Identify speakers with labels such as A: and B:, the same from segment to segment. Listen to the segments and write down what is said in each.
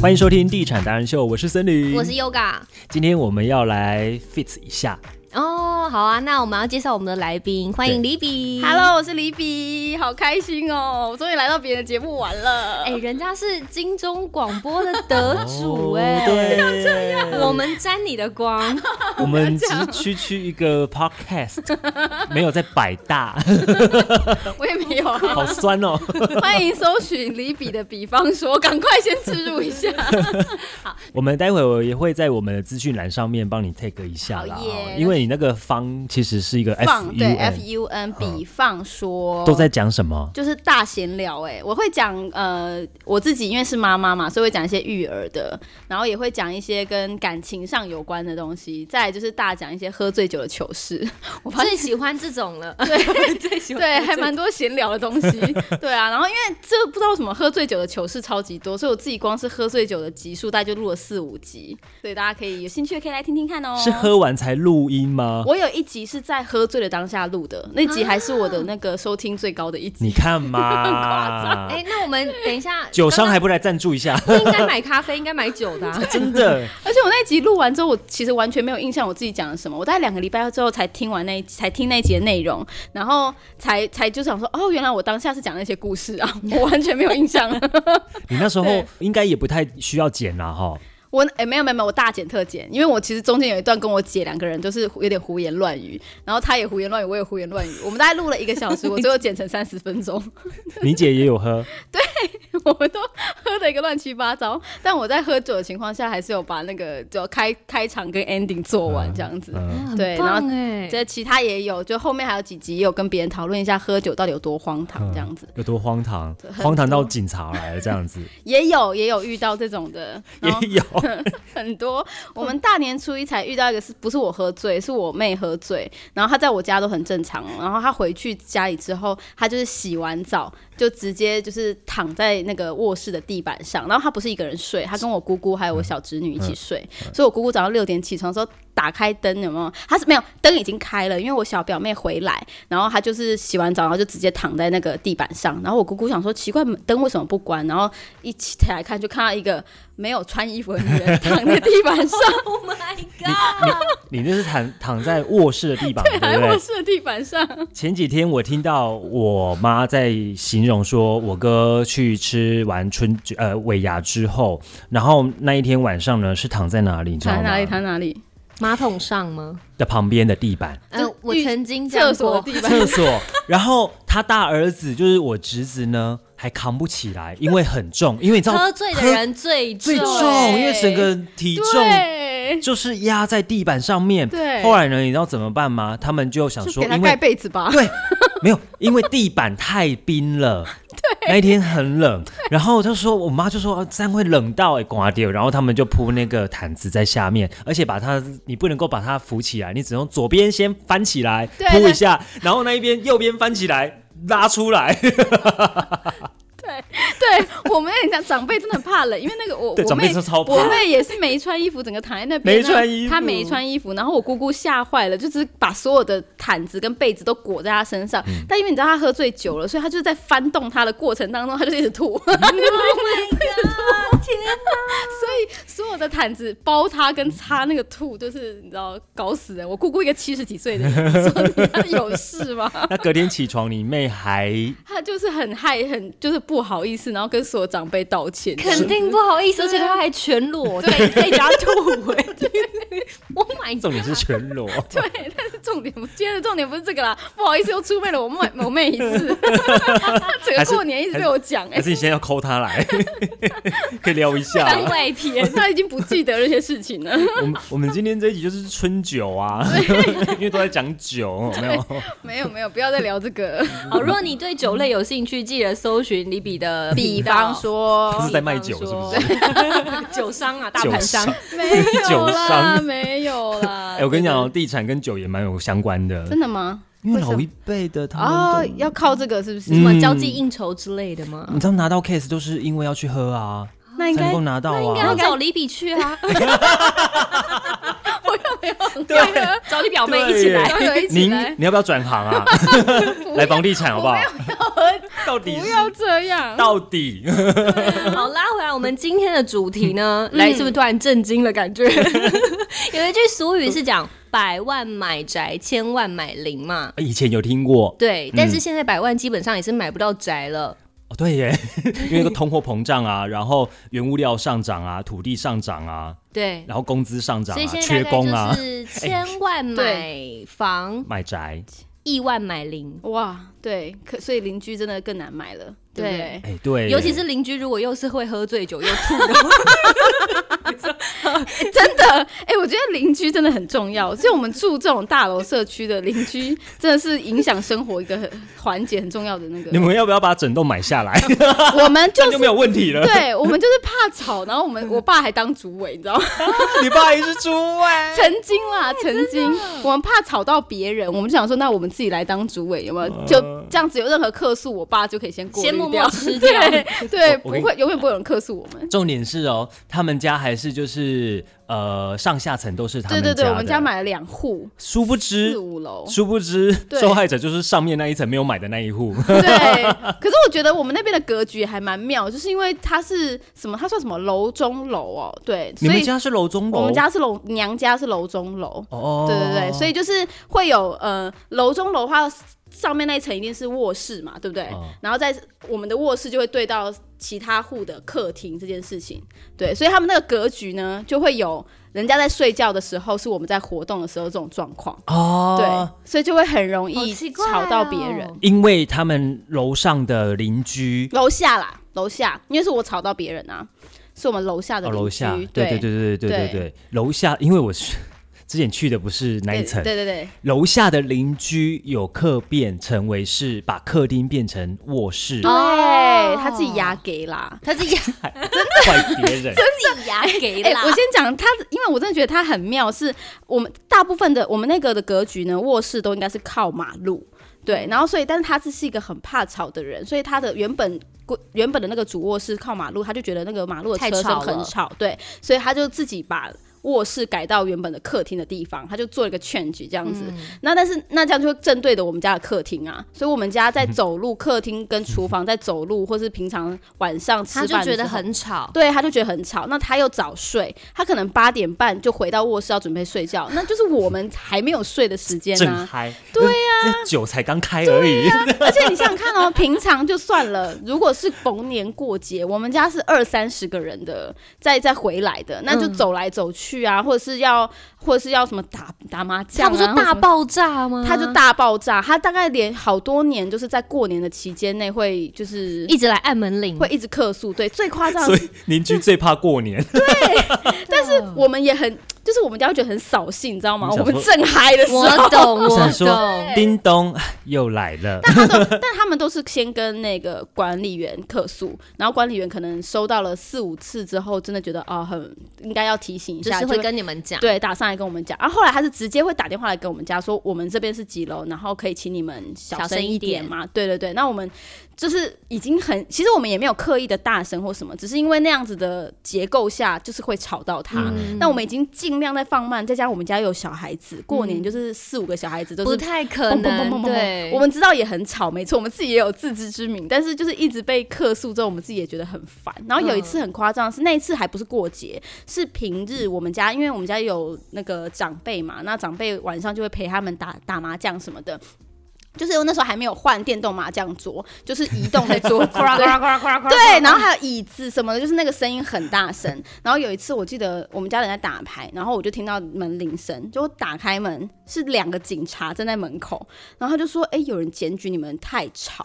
A: 欢迎收听《地产达人秀》，我是森林，
B: 我是 Yoga。
A: 今天我们要来 fit 一下，
B: 哦，好啊，那我们要介绍我们的来宾，欢迎
A: 对
B: 李比。
C: Hello，我是李比，好开心哦！我终于来到别人的节目玩了。
B: 哎、人家是金钟广播的得主哎、
A: 哦对，这样
B: 我们沾你的光，
A: 我们只是区区一个 podcast，没 有在百大，
C: 我也没有 啊，
A: 好酸哦。
C: 欢迎搜寻李比的比方说，赶快先植入一 下。
A: 我们待会儿也会在我们的资讯栏上面帮你 take 一下啦
C: 好耶，
A: 因为你那个方其实是一个 F
C: 放
A: U
C: 对
A: N，嗯
C: F U N 比方说
A: 都在讲什么？
C: 就是大闲聊哎、我会讲呃我自己因为是妈妈嘛，所以会讲一些育儿的，然后也会讲一些跟感情上有关的东西，再来就是大讲一些喝醉酒的糗事。我发现
B: 最喜欢这种了。
C: 对
B: 最喜欢
C: 对，还蛮多闲聊的 东西。对啊，然后因为这不知道为什么喝醉酒的糗事超级多，所以我自己光是喝醉酒的集数大概就录了四五集，所以大家可以有兴趣的可以来听听看哦。
A: 是喝完才录音吗？
C: 我有一集是在喝醉的当下录的，那集还是我的那个收听最高的一集。
A: 啊你看嘛
B: 哎、，那我们等一下，
A: 啊酒商还不来赞助一下，
B: 刚刚不应该买咖啡，应该买酒的、 啊。
A: 真的。
C: 而且我那集录完之后，我其实完全没有印象我自己讲了什么。我大概两个礼拜之后才听完那一集，才听那一集的内容，然后才才就想说，哦，原来我当下是讲那些故事啊，我完全没有印象了。
A: 你那时候
C: 对
A: 应该也不太需要剪啦，哈。
C: 我哎、没有没有没有，我大剪特剪，因为我其实中间有一段跟我姐两个人就是有点胡言乱语，然后她也胡言乱语，我也胡言乱语，我们大概录了一个小时，我最后剪成三十分钟，
A: 你姐也有喝，
C: 我们都喝的一个乱七八糟。但我在喝酒的情况下，还是有把那个就开开场跟 ending 做完这样子。
A: 嗯，
C: 对
B: 很棒
C: 然后
B: 哎、
C: 这其他也有，就后面还有几集也有跟别人讨论一下喝酒到底有多荒
A: 嗯
C: 唐，这样子、
A: 有多荒唐，
C: 很多
A: 荒唐到警察来了这样 子，
C: 也有也有遇到这种的，然后
A: 也有。
C: 很多。我们大年初一才遇到一个是，不是我喝醉，是我妹喝醉。然后她在我家都很正常，哦然后她回去家里之后，她就是洗完澡就直接就是躺在那个卧室的地板上。然后她不是一个人睡，她跟我姑姑还有我小侄女一起睡。所以我姑姑早上六点起床的时候。打开灯有没有？她是没有灯已经开了，因为我小表妹回来，然后她就是洗完澡，然后就直接躺在那个地板上。然后我姑姑想说奇怪，灯为什么不关？然后一起抬来看，就看到一个没有穿衣服的女人躺在地板上，
B: Oh my god！
A: 你那是躺躺在卧室的地 板，对
C: 还
A: 不
C: 卧
A: 对？
C: 室的地板上。
A: 前几天我听到我妈在形容说，我哥去吃完春酒呃尾牙之后，然后那一天晚上呢是躺在哪里，你知道
C: 躺
A: 吗？
C: 哪里？躺哪里？
B: 马桶上吗？
A: 的旁边的地 板，
B: 嗯、
C: 就
B: 我
C: 浴
B: 曾经这样
C: 厕所
B: 过。
C: 的地板。
A: 厕所。然后他大儿子就是我侄子呢，还扛不起来，因为很重，因为你知道
B: 喝醉的人最
A: 最重，
C: 对
A: 因为整个体重
C: 对，
A: 就是压在地板上面。
C: 对
A: 后来呢，你知道怎么办吗？他们就想
C: 就
A: 说，
C: 给她
A: 因
C: 盖
A: 为
C: 被子吧。
A: 对，没有，因为地板太冰 了。那一天很冷，然后就说，我妈就说、啊、这样会冷到哎刮掉，然后他们就铺那个毯子在下面，而且把它你不能够把它扶起来，你只能左边先翻起来
C: 对
A: 铺一
C: 对
A: 下，然后那一边右边翻起来拉出来，
C: 对，我们那讲长辈真的很怕冷，因为那个 我
A: 对，
C: 我
A: 长辈
C: 妹
A: 是超怕
C: 我妹也是没穿衣服，整个躺在那边啊，
A: 没穿衣服
C: 她没穿衣服，然后我姑姑吓坏了，就是把所有的毯子跟被子都裹在她身上。
A: 嗯
C: 但因为你知道她喝醉酒了，所以她就是在翻动她的过程当中，她就一 直吐，哦所以所有的毯子包她跟擦那个吐，就是你知道搞死人。我姑姑一个七十几岁的人，说你她有事吗？
A: 那隔天起床，你妹还
C: 她就是很害，很就是不好意思，然后跟所有长辈道歉。
B: 肯定不好意思，而且他还全裸在在家吐 哎、o h Oh my
A: 重
B: god！
A: 点是全裸，
C: 对，但是重点不，今天的重点不是这个啦，不好意思，又出卖了我妹 我妹一次，整个过年一直被我讲哎、
A: 还是你先要抠她来， 可以聊一下。
B: 番外 篇。
C: 哎她已经不记得那些事情了。
A: 我们我们今天这一集就是春酒啊，因为都在讲酒，有没有？
C: 没有没有，不要再聊这个。
B: 好，如果你对酒类有兴趣，记得搜寻李比的
C: 比
B: 频道
C: 方说
A: 不，是在卖酒，是不是？
B: 酒商 啊，大
A: 酒
B: 盘商
A: 商。
C: 没有
A: 酒
C: 啦，
A: 商
C: 啊没有啦。
A: 哎，我跟你讲哦，地产跟酒也蛮有相关的，
C: 真的吗？
A: 因为
C: 为什么
A: 老一辈的他
C: 哦
A: 们，都，
C: 要靠这个是不是？
B: 什么
A: 嗯
B: 交际应酬之类的吗？
A: 你知道拿到 case 都是因为要去喝啊，
C: 那应
A: 才能
C: 该
A: 够拿到
B: 应该要
A: 啊。
B: 找李比去啊，
A: 对，
B: 找你表妹一
A: 对
B: 起
A: 耶
B: 来。
C: 要有一起
A: 您
C: 来
A: 你要不要转行啊？来房地产好不好？
C: 要喝
A: 到底
C: 不
A: 是
C: 要这样。
A: 到底
B: 好，拉回来，我们今天的主题呢，
A: 嗯
B: 来是不是突然震惊了？感觉 有一句俗语是讲“百万买宅，千万买邻”嘛。
A: 以前有听过
B: 对，但是
A: 嗯
B: 现在百万基本上也是买不到宅了。
A: 哦，对耶， 因为那个通货膨胀啊，然后原物料上涨啊，土地上涨啊，
B: 对，
A: 然后工资上涨
B: 所以
A: 啊，
B: 现
A: 缺
B: 在大
A: 工
B: 概
A: 啊
B: 就，是千万 买房，
A: 买宅。
B: 亿万买邻。
C: 哇，对，可所以邻居真的更难买了，对不对？
A: 哎，对耶，
B: 尤其是邻居，如果又是会喝醉酒又吐 的，
C: 真的，哎、我觉得邻居真的很重要，所以我们住这种大楼社区的邻居，真的是影响生活一个很环节很重要的那
A: 你
C: 个。
A: 们要不要把整栋买下来？
C: 我们 就
A: 那就是没有问题了。
C: 对，啊我们就是怕吵，然后我们我爸还当主委，你知道吗？
A: 你爸也是猪哎，
C: 曾经啦，曾经我们怕吵到别人，我们就想说，那我们自己来当主委，有没
A: 啊
C: 有？就这样子，有任何客诉，我爸就可以先过
B: 先
C: 滤
B: 默
C: 掉
B: 默。吃掉。
C: 对，
A: 我
C: 不
A: 我跟你
C: 会，永远不会有人客诉我们。
A: 重点是哦，他们家还是就是呃上下层都是他
C: 对
A: 们
C: 对对，我们
A: 的
C: 家，买了两户，
A: 殊不
C: 四
A: 知。
C: 五楼。
A: 殊不知，
C: 对
A: 受害者就是上面那一层没有买的那一户，
C: 对，可是我觉得我们那边的格局还蛮妙，就是因为它是什么，它算什么楼中楼哦，对，
A: 你
C: 所
A: 们
C: 以
A: 家是楼中楼，
C: 我们家是楼，娘家是楼中楼，
A: 哦，
C: 对对对，所以就是会有呃楼中楼的话，上面那一层一定是卧室嘛，对不对？
A: 哦
C: 然后在我们的卧室就会对到其他户的客厅这件事情，对，所以他们那个格局呢，就会有人家在睡觉的时候，是我们在活动的时候这种状况，
A: 哦，
C: 对，所以就会很容易
B: 好奇怪哦
C: 吵到别人。
A: 对，因为他们楼上的邻居
C: 楼下啦，楼下，因为是我吵到别人啊，是我们楼下的
A: 哦，
C: 邻居、
A: 楼下，对对
C: 对
A: 对对对对
C: 对
A: 对，楼下，因为我是之前去的不是那一层，
C: 对对对
A: 楼下的邻居有客变，成为是把客厅变成卧室
C: 对，，
B: 哦
C: 他自己压给啦。
B: 他自己
A: 怪别 人，
B: 自己牙给
C: 哎、
B: 啦。
C: 我先讲他，因为我真的觉得他很妙，是我们大部分的我们那个的格局呢，卧室都应该是靠马路，对，
B: 嗯
C: 然后所以，但是他是是一个很怕吵的人，所以他的原本。原本的那个主卧室靠马路，他就觉得那个马路的
B: 太
C: 车声
B: 吵
C: 很
B: 了
C: 吵，对，所以他就自己把卧室改到原本的客厅的地方，他就做了一个 change 这样子。
B: 嗯
C: 那但是那这样就会正对着我们家的客厅啊，所以我们 家在走路，客厅跟厨房在走路，或是平常晚上吃
B: 他就
C: 饭的
B: 觉得
C: 时候
B: 很吵，
C: 对，他就觉得很吵。那他又早睡，他可能八点半就回到卧室要准备睡觉，那就是我们还没有睡的时间
A: 正
C: 啊。
A: 嗨，
C: 对
A: 呀，这酒才刚开而已，
C: 而且你想想看哦，平常就算了，如果是逢年过节，我们家是二三十个人的，再再回来的，那就
B: 嗯
C: 走来走去啊，或者是要或者是要什么打打麻将、
B: 他
C: 啊，
B: 不是
C: 或
B: 大
C: 什么
B: 爆嗯炸吗？
C: 他就大爆炸，他大概连好多年就是在过年的期间内会就是
B: 一直来按门铃，
C: 会一直客诉，对，最夸张的
A: 所以邻居最怕过年，
B: 但是
C: 我们也很，就是我们家会觉得很扫兴，你知道吗？
A: 你
C: 我
A: 想说
C: 们正嗨的时候，
B: 我懂，
A: 我
B: 我
A: 想说
B: 懂。
A: 叮咚又来了，
C: 但他都，但他们都是先跟那个管理员客诉，然后管理员可能收到了四五次之后，真的觉得啊、很应该要提醒一
B: 就
C: 下，
B: 是会跟你们讲，
C: 对打上来跟我们讲。然、后后来他是直接会打电话来跟我们家说，我们这边是几楼，然后可以请你们小
B: 小声
C: 声
B: 一
C: 一点
B: 点
C: 嘛。对对对，那我们就是已经很，其实我们也没有刻意的大声或什么，只是因为那样子的结构下，就是会吵到
B: 嗯
C: 他。
A: 啊
B: 嗯
C: 那我们已经尽量在放慢，再加上我们家有小孩子，过年就是四五个小孩子都
B: 不
C: 是
B: 太可
C: 蹦蹦蹦蹦
B: 能。
C: 蹦
B: 对，
C: 蹦。我们知道也很吵，没错，我们自己也有自知之明，但是就是一直被客诉之后，我们自己也觉得很烦。然后有一次很夸张的是，那一次还不是过节，是平日我们家，因为我们家有那个长辈嘛，那长辈晚上就会陪他们打打麻将什么的。就是我那时候还没有换电动麻将桌，就是移动的桌子，对对，然后还有椅子什么的，就是那个声音很大声。然后有一次我记得我们家人在打牌，然后我就听到门铃声，就我打开门是两个警察站在门口，然后他就说：“哎、有人检举你们太吵。”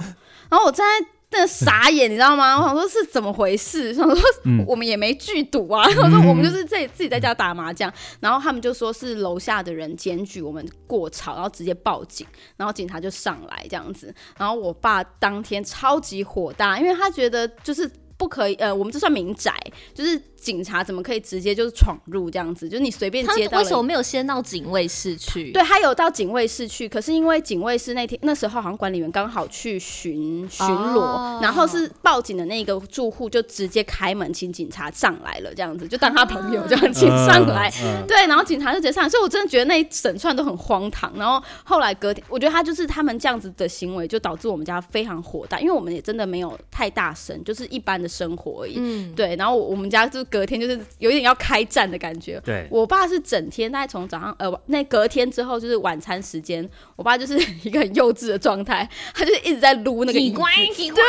C: 然后我站在。那傻眼，你知道吗？我想说是怎么回事？想说 我们也没剧毒啊，我说我们就是自己自己在家打麻将，然后他们就说是楼下的人检举我们过吵，然后直接报警，然后警察就上来这样子，然后我爸当天超级火大，因为他觉得就是不可以，呃，我们这算民宅，就是警察怎么可以直接就是闯入这样子？就是你随便
B: 他
C: 接到
B: 为
C: 了
B: 什么没有先到警卫室去？
C: 对他有到警卫室去，可是因为警卫室那天那时候好像管理员刚好去巡巡逻，
B: 哦
C: 然后是报警的那个住户就直接开门请警察上来了，这样子就当他朋友这样请上来。
A: 嗯
C: 对，然后警察就直接上来，所以我真的觉得那一整串都很荒唐。然后后来隔天，我觉得他就是他们这样子的行为，就导致我们家非常火大，因为我们也真的没有太大声，就是一般的生活而已。
B: 嗯，
C: 对，然后我我们家就隔天就是有一点要开战的感觉，
A: 对，
C: 我爸是整天，大概从早上呃，那隔天之后就是晚餐时间，我爸就是 一个很幼稚的状态，他就是一直在撸那个椅
B: 警
C: 子
B: 官，警官，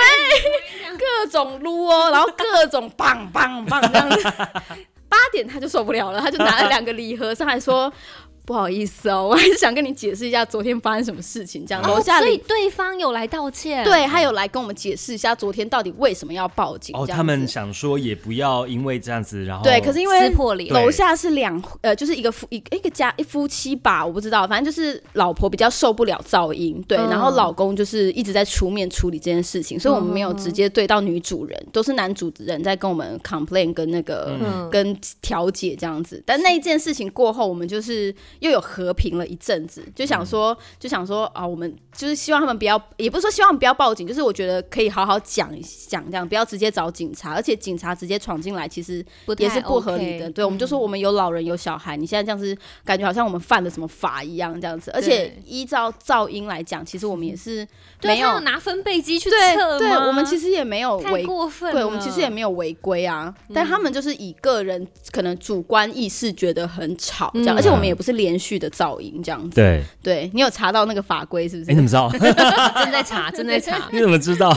C: 各种撸哦，然后各种棒棒棒这样 子。八点他就受不了了，他就拿了两个礼盒上来说。不好意思哦，我还是想跟你解释一下昨天发生什么事情。这样，楼
B: 哦
C: 下
B: 所以
C: 里、
B: 对方有来道歉，，
C: 对他有来跟我们解释一下昨天到底为什么要报警。
A: 嗯哦，
C: 这样
A: 他们
C: 子
A: 想说也不要因为这样子，然后
C: 对，可是因为
B: 撕破脸，
A: 对
C: 楼下是两呃，就是一个夫一一个家一夫妻吧，我不知道，反正就是老婆比较受不了噪音，对，
B: 嗯
C: 然后老公就是一直在出面处理这件事情，所以我们没有直接对到女主人，都是男主人在跟我们 complain 跟那个、
B: 嗯
C: 跟调解这样子。但那一件事情过后，我们就是又有和平了一阵子，就想说就想说啊，我们就是希望他们不要，也不是说希望他们不要报警，就是我觉得可以好好讲讲这样，不要直接找警察，而且警察直接闯进来，其实。
B: 不太
C: 也是不合理
B: 哎 OK 嗯
C: 的。对，我们就说我们有老人有小孩，你现在这样子，感觉好像我们犯了什么法一样，这样子。而且依照噪音来讲，其实我们也是
B: 对啊
C: 没
B: 他
C: 有
B: 有拿分贝机去测
C: 对对，我们其
B: 实
C: 实也没有
B: 太
C: 违。
B: 过分了，嗯
C: 对，我们其实也没有违规啊，但他们就是以个人可能主观意识觉得很吵这样，
B: 嗯
C: 而且我们也不是连续的噪音这样子。
A: 对，
C: 对你有查到那个法规是不
A: 哎，你怎
C: 是？
A: 么知道？。
B: 正在 查，正在查
A: 你怎么知道？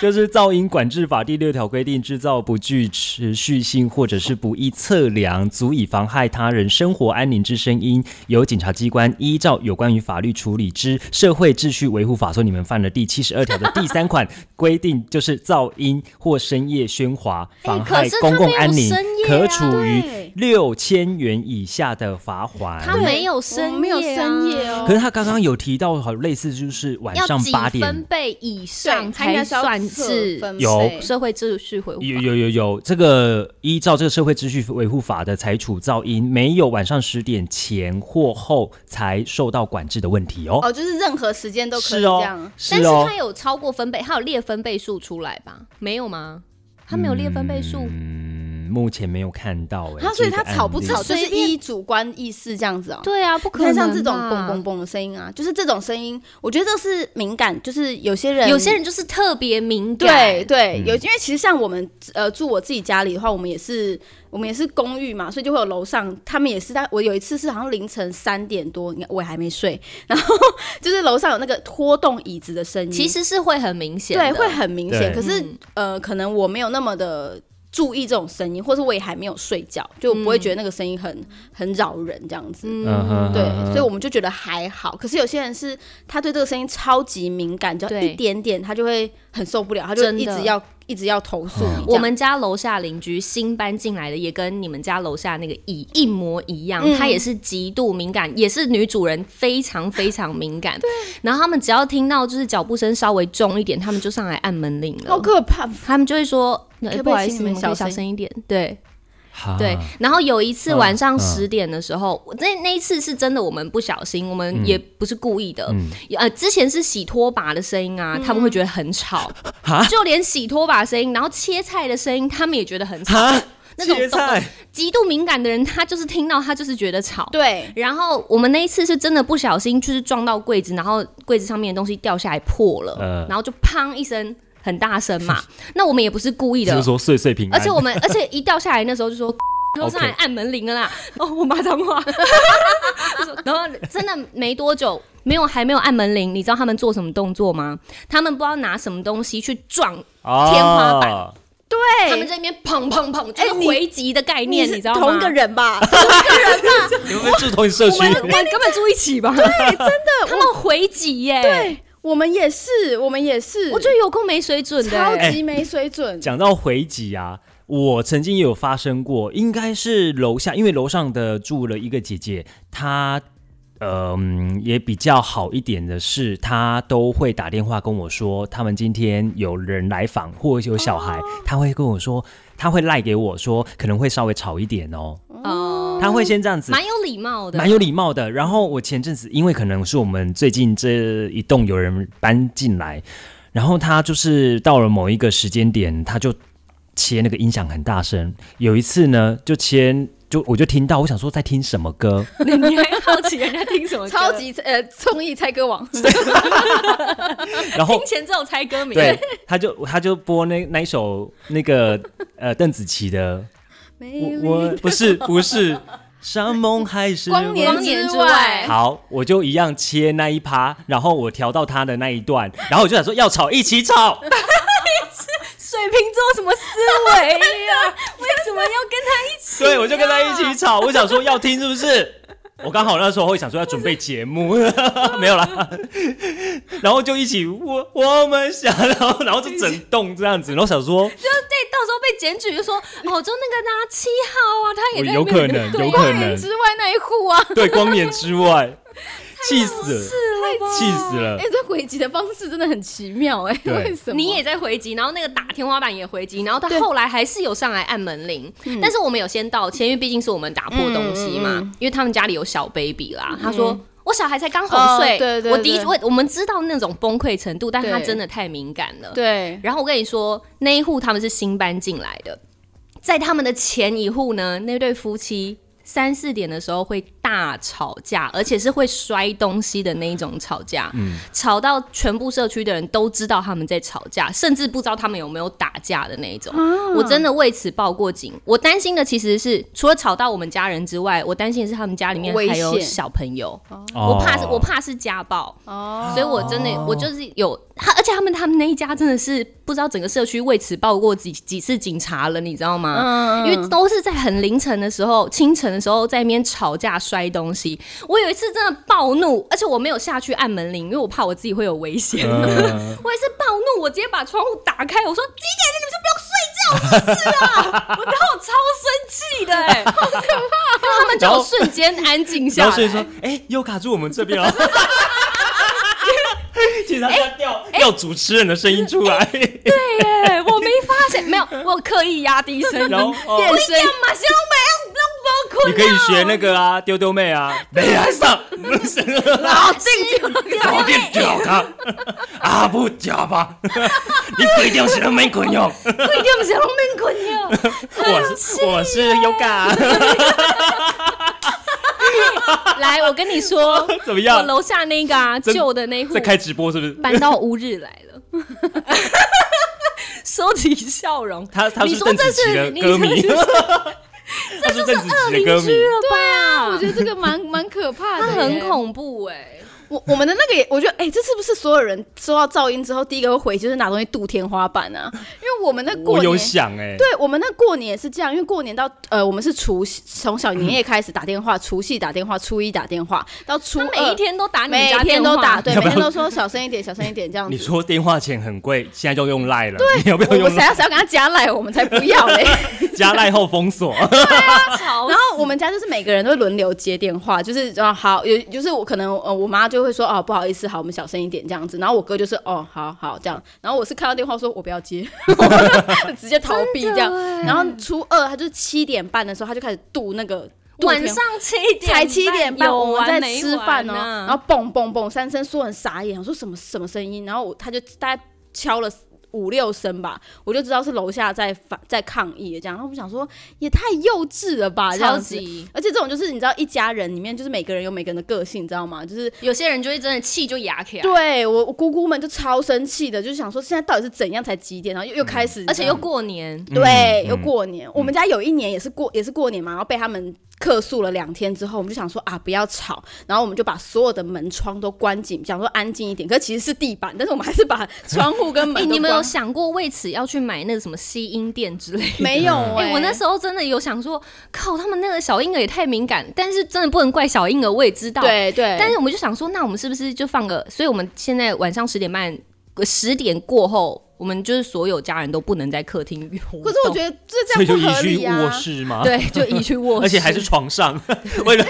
A: 就是《噪音管制法》第六条规定，制造不具持续性或者是不易测量、足以妨害他人生活安宁之声音，由检察机关依照有关于法律处理之《社会秩序维护法》，说你们犯了第七十二条的第三款规定，就是噪音或深夜喧哗妨害
B: 可是他
A: 公共安宁，
B: 没有深夜啊
A: 可处于
C: 对
A: 六千元以下的罚款。
B: 他没有深夜、啊
C: 我们没有深夜，
A: 可
C: 哦，
A: 是他刚刚有提到，好类似就是晚
B: 要
A: 上
B: 几
A: 八点
B: 分贝以上
C: 对，他
B: 才
C: 应该是要
B: 算
C: 测
B: 是
C: 分
A: 有
C: 贝
B: 社会秩序恢复 法。
A: 有有有有，这个依照这个社会秩序维护法的裁处噪音，没有晚上十点前或后才受到管制的问题哦。
C: 哦，就是任何时间都可以
A: 是
C: 这
A: 哦
C: 样。，
B: 但
A: 是
B: 是
A: 哦
B: 它。有超过分贝，它有列分贝数出来吧？没有吗？它没有列分贝数，
A: 嗯，目前没有看到哎、
C: 他啊所以
A: 这个
C: 他
A: 案
C: 吵不
A: 例
C: 吵就是
B: 随便
C: 依主观意识这样子哦。
B: 对啊，不可
C: 你
B: 能
C: 看
B: 吧。
C: 像这种嘣嘣嘣的声音啊，就是这种声音，我觉得这是敏感，就是有些人
B: 有些人就是特别敏感，
C: 对对有，因为其实像我们呃住我自己家里的话，我们也是我们也是公寓嘛，所以就会有楼上，他们也是在我有一次是好像凌晨三点多，你看我也还没睡，然后 就是楼上有那个拖动椅子的声音，
B: 其实是会很明显的，
C: 嗯对会很明显，
A: 对
C: 可是、
B: 嗯
C: 呃可能我没有那么的。注意这种声音，或是我也还没有睡觉，就我不
B: 嗯
C: 会觉得那个声音很、很扰人这样子。
A: 嗯哼，
C: 对
A: 嗯，哼
C: 所以我们就觉得还好。可是有些人是他对这个声音超级敏感，只要
B: 对
C: 一点点他就会很受不了，他就
B: 真的
C: 一直要一直要投诉你这样。
B: 我们家楼下邻居新搬进来的，也跟你们家楼下那个乙一模一样，
C: 嗯
B: 她也是极度敏感，也是女主人非常非常敏感。然后他们只要听到就是脚步声稍微重一点，他们就上来按门铃
C: 好
B: 了。
C: 可怕，
B: 他们就会说：“
C: 可
B: 呃
C: 不可以
B: 不好意思，
C: 请
B: 你
C: 你们
B: 们可以
C: 小
B: 小
C: 声
B: 声一点。”对
A: 哈
B: 对。然后有一次
A: 啊嗯
B: 晚上
A: 嗯
B: 十点的时候，我那那一次是真的，我们不小心，我
A: 嗯
B: 们也不是故意的。呃，之前是洗拖把的声音啊，他们会觉得很吵，
A: 嗯 哈
B: 就连洗拖把声音，然后切菜的声音，他们也觉得很吵。
A: 哈，
B: 那种
A: 切菜
B: 极度敏感的人，他就是听到他就是觉得吵。
C: 对，
B: 然后我们那一次是真的不小心，就是撞到柜子，然后柜子上面的东西掉下来破了，
A: 嗯
B: 然后就砰一声，很大声嘛。那我们也不是故意
A: 就
B: 的
A: 是，说岁岁平安，
B: 而且 我们而且一掉下来那时候就说。然后上来
A: OK
B: 按门铃了啦！哦，我骂脏话。 然后真的没多久，没有还没有按门铃，你知道他们做什么动作吗？他们不知道拿什么东西去撞，天花板
A: 哦
B: 他们在那边砰砰砰，就是
C: 哎你
B: 回击的概念，
C: 是
B: 你知道吗？
C: 同一个人 吧？
A: 你们住同一社
B: 我
A: 区，
B: 们我们根本住一起吧？对，真 的，他们回击耶！
C: 对，我们也是，我们也是，
B: 我觉得有够没水准的
C: 超
A: 哎
B: 欸。
C: 级没水准。
A: 讲到回击啊，我曾经也有发生过，应该是楼下，因为楼上的住了一个姐姐，她。呃嗯也比较好一点的是，他都会打电话跟我说，他们今天有人来访或者有小孩，他会跟我说，他会赖给我说，可能会稍微吵一点哦，
B: 哦，
A: 他会先这样子。
B: 蛮有礼貌的，
A: 蛮有礼貌的。然后我前阵子，因为可能是我们最近这一栋有人搬进来，然后他就是到了某一个时间点，他就切那个音响很大声。有一次呢，就切就我就听到，我想说在听什么歌，
B: 你 你还好奇人家听什么歌？
C: 超级呃，综艺 猜歌王，
A: 然后
B: 听前奏猜歌名，
A: 对，他就他就播那那一首那个呃邓紫棋的，我我不是不是。山盟海誓，
C: 光年
B: 光年之
C: 之
B: 外
C: 外，
A: 好，我就一样切那一趴，然后我调到他的那一段，然后我就想说要吵一起吵，
B: 水瓶座什么思维呀、 为什么要跟他一起、
A: 对我就跟他一起。吵，我想说要听是不是？我刚好那时候会想说要准备节目，没有啦，然后就一起我我们想，然后然后就整栋这样子，然后想说
B: 就是对，到时候被检举就说哦，就那个他七号啊，他也在
A: 哦有
B: 里面
A: 可能
B: 对
A: 有可
C: 光年
A: 能
C: 之外那一户啊，
A: 对光年之外，气死了，
B: 是了吧
A: 气死了
C: 哎、，这回击的方式真的很奇妙哎、
A: 对
C: 为什么？
B: 你也在回击，然后那个打天花板也回击，然后他
C: 对嗯
B: 后来还是有上来按门铃，但是我们有先道歉，因为毕竟是我们打破东西嘛，
C: 嗯嗯嗯
B: 因为他们家里有小 baby 啦，他说。我小孩才刚哄
C: 哦
B: 睡，
C: 对对
B: 我的
C: 对
B: 我我们知道那种崩溃程度，但他
C: 对
B: 真的太敏感了。
C: 对，
B: 然后我跟你说，那一户他们是新搬进来的，在他们的前一户呢，那对夫妻三四点的时候会大吵架，而且是会摔东西的那一种吵架，吵到全部社区的人都知道他们在吵架，甚至不知道他们有没有打架的那一种。
C: 啊
B: 我真的为此报过警。我担心的其实是，除了吵到我们家人之外，我担心的是他们家里面
C: 危
B: 还有
C: 险
B: 小朋友，
A: 哦
B: 我怕是我怕是家暴。
C: 哦，
B: 所以我真的、我就是有他，而且他们他们那一家真的是不知道整个社区为此报过几几次警察了，你知道
C: 嗯
B: 吗？因为都是在很凌晨的时候、清晨的时候在那边吵架摔东西。我有一次真的暴怒，而且我没有下去按门铃，因为我怕我自己会有危险。
A: 嗯
B: 我也是暴怒，我直接把窗户打开，我说几点了，你们就不要睡觉，是啊！我当我超生气的、欸，好可怕！他们就
A: 然
B: 有
A: 后
B: 瞬间安静下
A: 然
B: 来。
A: 后所以说，哎，又卡住我们这边了。其实他要调调主持人的声音出来，
B: 对耶，我没发现，没有，我有刻意压低声音，
A: 然后哦
B: 变声。马上没有，
A: 你可以学那个啊，丢丢妹啊，没来上，不是
B: 老定
A: 搞定脚 他，啊不脚吧， 你不一定是没滚用，
B: 不一定不是龙门滚哟。
A: 我
C: 啊
A: 是我是 Yoga，
B: 来，我跟你说，
A: 怎么
B: 我
A: 样？
B: 楼下那个啊，
A: 真
B: 旧的那户
A: 在开直播是不是？
B: 搬到乌日来 了，收起笑容。
A: 他他
B: 你
A: 是
B: 说
A: 邓
B: 这
A: 紫棋
B: 是
A: 的
B: 你
A: 歌迷，
B: 这是
A: 他是邓紫棋的歌
B: 邻
A: 迷，
B: 居了吧？
C: 我觉得这个蛮蛮可怕的
B: 他很
C: 耶，
B: 恐怖哎、
C: 我我们的那个也，我觉得，哎、这是不是所有人收到噪音之后，第一个会回就是拿东西堵天花板啊？因为我们那过
A: 我
C: 年，
A: 有想哎，
C: 对我们那过年也是这样，因为过年到呃，我们是除夕，从小年夜开始打电话，除夕打电话，初一打电话，到初
B: 他
C: 二
B: 每一天都打你们
C: 每
B: 家
C: 天
B: 电
C: 都
B: 话
C: 打，对，
A: 要不
C: 每
A: 要
C: 天都说小声一点，小声一点这样
A: 你
C: 子。
A: 说电话钱很贵，现在就用赖了，你要不要
C: 我
A: 用
C: 们谁要谁要跟他加赖，我们才不要嘞。
A: 加赖后封 锁？
B: 吵
C: 然后我们家就是每个人都会轮流接电话，就是啊好，有就是我可能呃我妈就会说哦不好意思，好我们小声一点这样子，然后我哥就是哦好好这样，然后我是看到电话说我不要接， 直接逃避这样，
B: 欸
C: 然后初二他就是七点半的时候他就开始度那个度
B: 晚
C: 天
B: 上七点
C: 才七点半，
B: 有
C: 我们
B: 完
C: 在
B: 没
C: 吃饭哦、
B: 完啊
C: 然后蹦蹦蹦三声，说很傻眼，我说什么什么声音，然后我他就大概敲了。五六声吧，我就知道是楼下在反在抗议这样。然后我想说，也太幼稚了吧，这
B: 超
C: 样子。
B: 级。
C: 而且这种就是你知道，一家人里面就是每个人有每个人的个性，你知道吗？就是
B: 有些人就会真的气就牙起来，
C: 对我我姑姑们就超生气的，就是想说现在到底是怎样才几点，然后又又开始，
B: 嗯而且又过年，
C: 对
A: 嗯
C: 又过年。我们家有一年也是过也是过年嘛，然后被他们客诉了两天之后，我们就想说啊不要吵，然后我们就把所有的门窗都关紧，想说安静一点。可是其实是地板，但是我们还是 把窗户跟门
B: 哎、
C: 都关。
B: 你们有想过为此要去买那个什么吸音垫之类的？
C: 没有、欸？
B: 哎、我那时候真的有想说，靠，他们那个小婴儿也太敏感，但是真的不能怪小婴儿，我也知道。。
C: 哎对对，
B: 但是我呃们就想说，那我们是不是就放个？所以我们现在晚上十点半，十点过后我们就是所有家人都不能在客厅活动。
C: 可是我觉得这
A: 所
C: 这
A: 以就移
C: 样不合理
A: 去
C: 啊
A: 卧。室嘛，，
B: 对，就移去卧室，
A: 而且还是床上， 为 了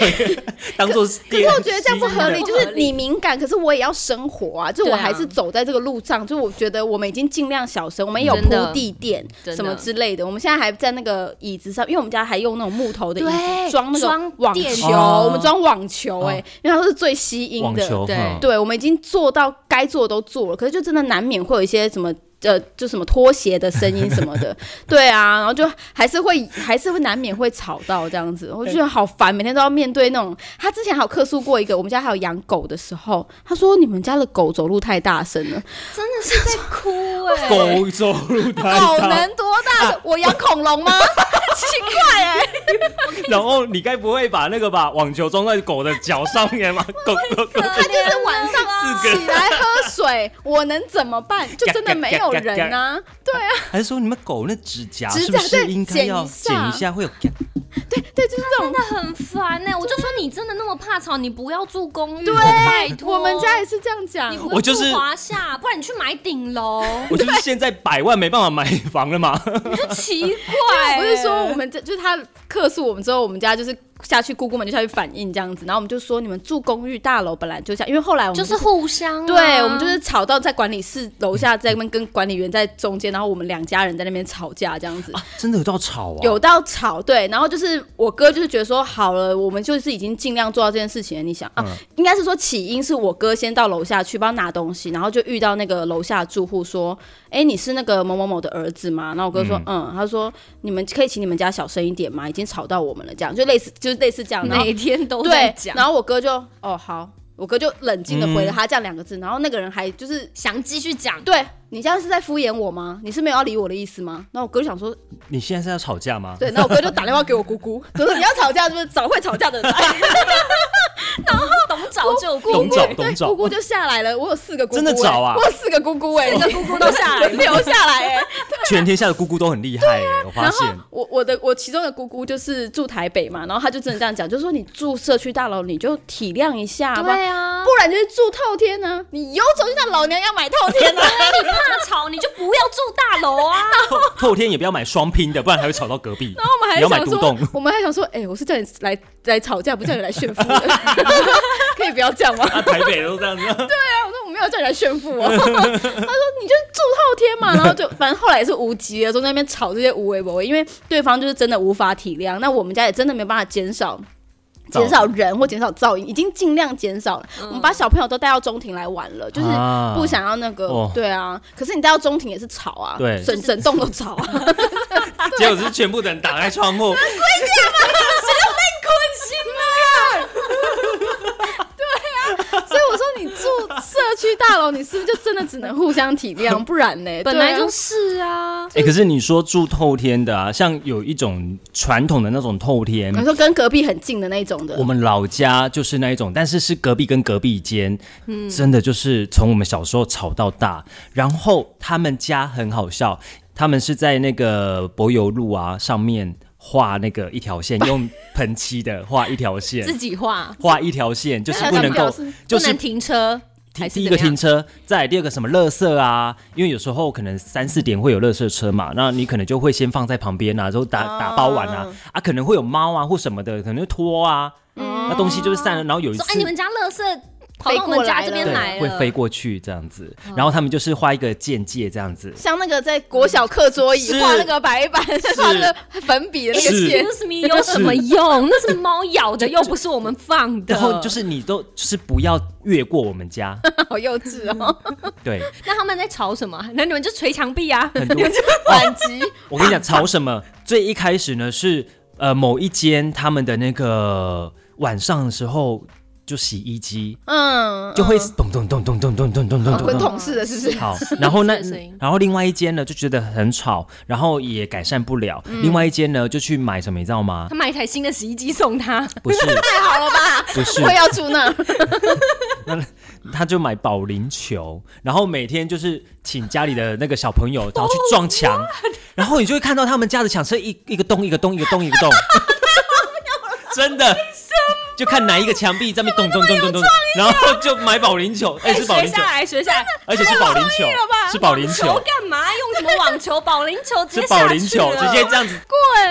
A: 当做可
C: 可是我觉得这样不合理，
B: 不
C: 就
B: 合
C: 是你
B: 理
C: 敏感，可是我也要生活啊，就是
B: 对
C: 我
B: 啊
C: 还是走在这个路上，就我觉得我们已经尽量小声，我们也有
B: 真的
C: 铺地垫
B: 真的
C: 什么之类的，我们现在还在那个椅子上，因为我们家还用那种木头的椅
B: 对
C: 子装那
B: 装
C: 个网
B: 电
C: 球，
A: 球
C: 我们装网球
A: 哦
C: 哎，因为它是最吸音
A: 网
C: 的，
A: 球嗯
B: 对
A: 哈
C: 对，我们已经做到该做的都做了，可是就真的难免会有一些什么。呃，就什么拖鞋的声音什 么的，对啊，然后就还是会还是会难免会吵到这样子，我就觉得好烦，每天都要面对那种。他之前还有客诉过一个，我们家还有养狗的时候，他说你们家的狗走路太大声了，
B: 真的是在哭
C: 欸
B: 哎、
A: 狗走路太
C: 狗
A: 大，
C: 能多大声？我养恐 龙吗？奇怪哎、
A: 然后你该不会把那个吧网球装在狗的脚上面 吗？狗狗狗
C: 他就是晚上
A: 四个
C: 起来喝水，我能怎么办？就真的没有人啊，
A: 还是说你们狗那指甲
C: 指
A: 是不
C: 甲
A: 是
C: 对
A: 应该
C: 剪
A: 要
C: 一下
A: 剪一下，会有嘎
C: 对，就是这 种
B: 真的很烦哎、我就说你真的那么怕吵，你不要住公寓，
C: 对
B: 拜托。
C: 我们家也是这样讲
B: 你，不
A: 我
B: 要
A: 就
B: 住
A: 是
B: 华夏，不然你去买顶楼，
A: 我就是现在百万没办法买房了嘛，
B: 就奇怪、欸。
C: 我是说，我们这就是他客诉我们之后，我们家就是下去姑姑们就下去反映这样子，然后我们就说你们住公寓大楼本来就这样，因为后来我们
B: 就是互相、啊，
C: 对我们就是吵到在管理室楼下在那边跟管理员在中间，然后我们两家人在那边吵架这样子。
A: 真的有到吵啊，
C: 有到吵对，然后就是我哥就是觉得说好了，我们就是已经尽量做到这件事情了。你想啊，
A: 嗯
C: 应该是说起因是我哥先到楼下去帮他拿东西，然后就遇到那个楼下住户说：“哎，你是那个某某某的儿子吗？”然后我哥说：“嗯。他说：“你们可以请你们家小声一点吗？已经吵到我们了。”这样就类似就是类似这样，然后
B: 每天都在
C: 对，
B: 讲，
C: 然后我哥就哦好，我哥就冷静的回了他这样两个字，然后那个人还就是。
B: 想继续讲，
C: 对你这样是在敷衍我吗？你是没有要理我的意思吗？那我哥就想说，
A: 你现在是要吵架吗？
C: 对，那我哥就打电话给我 姑姑，就说你要吵架是不是？找会吵架的人来。
B: 懂早就
C: 姑
B: 过，
A: 懂
C: 姑
A: 找
C: 对
A: 懂找
C: 姑姑就下来了，我有四个姑姑、
A: 真的找啊
C: 欸我有四个姑姑哎、欸，
B: 姑姑都下来
C: 轮
B: 了。
C: 流下来哎、欸。
A: 全天下的姑姑都很厉害欸、我发
C: 啊然后
A: 现。
C: 我我的我其中的姑姑就是住台北嘛，然后她就真的这样讲，就说你住社区大楼你就体谅一下吧，
B: 对啊，
C: 不然就是住透天呢、你有种就像老娘要买透天 啊呢、
B: 你怕吵你就不要住大楼啊。
A: 透透天也不要买双拼的，不然还会吵到隔壁。 然后
C: 我们还
A: 要买
C: 想
A: 独栋，
C: 说，我们还想说，哎、我是叫你来来吵架，不是叫你来炫 富的， 可以不要这样吗？
A: 啊，台北都这样子。
C: 我说我没有叫你来炫富哦。他 说你就住后天嘛，然后就反正后来也是无疾而终，在那边吵这些无为不为，因为对方就是真的无法体谅，那我们家也真的没有办法减少。
A: 噪
C: 减少人或减少噪音，已经尽量减少了。
B: 嗯
C: 我们把小朋友都带到中庭来玩了，就是
A: 啊
C: 不想要那个，
A: 哦
C: 对啊。可是你带到中庭也是吵啊，
A: 对
C: 整整栋都吵 啊。
A: 结果是全部的人打开窗 户，
C: 所以我说你住社区大楼，你是不是就真的只能互相体谅？不然呢？
B: 本来
C: 对啊
B: 就是啊，
A: 哎、可是你说住透天的啊，像有一种传统的那种透天
C: 你，说跟隔壁很近的那种的
A: 我，们老家就是那一种，但是是隔壁跟隔壁间，真的就是从我们小时候吵到大。然后他们家很好笑，他们是在那个柏油路啊上面画那个一条线，用喷漆的画一条线
B: 自，己画，
A: 画一条线就是不能
C: 那条
A: 够
C: 线表示，
A: 就
B: 不
A: 是
B: 能停车，还是
A: 第一个
B: 怎么
A: 停
B: 样
A: 车，再来第二个什么垃圾啊，因为有时候可能三四点会有垃圾车嘛，那你可能就会先放在旁边啊，之后打
B: 哦
C: 啊
A: 打包完啊，啊可能会有猫啊或什么的，可能就拖啊，那东西就是散了，然后有一
B: 哦说
A: 次
B: 哎，你们家垃圾跑到我们家这边
C: 飞过
B: 来
A: 对会
B: 了，嗯
A: 飞过去这样子，然后他们就是画一个界界这样子，
C: 像那个在国小课桌椅
A: 是
C: 画那个白板，画那个粉笔的那个
A: 是
C: 线，
B: Excuse me，有什么用？那是猫咬的，又不是我们放的。
A: 然后就，是你都就是不要越过我们家，
C: 好幼稚哦，
A: 对，
B: 那他们在吵什么？那你们就捶墙壁啊！
A: 很多哦
C: 反击。
A: 我跟你讲，吵什么？最一开始呢是呃某一间他们的那个呃晚上的时候就洗衣机。
C: 嗯，
A: 就会咚咚咚咚咚咚咚咚咚
C: 嗯滚
A: 咚咚。
C: 筒式的，是不是？
A: 好，然后那
B: 是声音
A: 然后另外一间呢就觉得很吵，然后也改善不了。
C: 嗯
A: 另外一间呢就去买什么，你知道吗
B: 他？买一台新的洗衣机送他，
A: 不是
C: 太好了吧！
A: 不是
C: 我，也要住那，
A: 他就买保龄球，然后每天就是请家里的那个小朋友，然后去撞
B: Oh
A: 墙，然后你就会 看到他们家的墙是一一个洞一个洞一个洞一个洞，真的。就看哪一个墙壁在那边咚咚咚咚咚，然后就买保龄球，哎，是保
B: 学
A: 龄球
B: 下，来，学下来，
A: 而且是保龄球
B: 了吧？，
A: 是保龄
B: 网
A: 球，
B: 干嘛？用什么网球、 保龄球？直接
A: 是保
B: 下
A: 龄
B: 去
A: 球，
B: 了
A: 直接这样子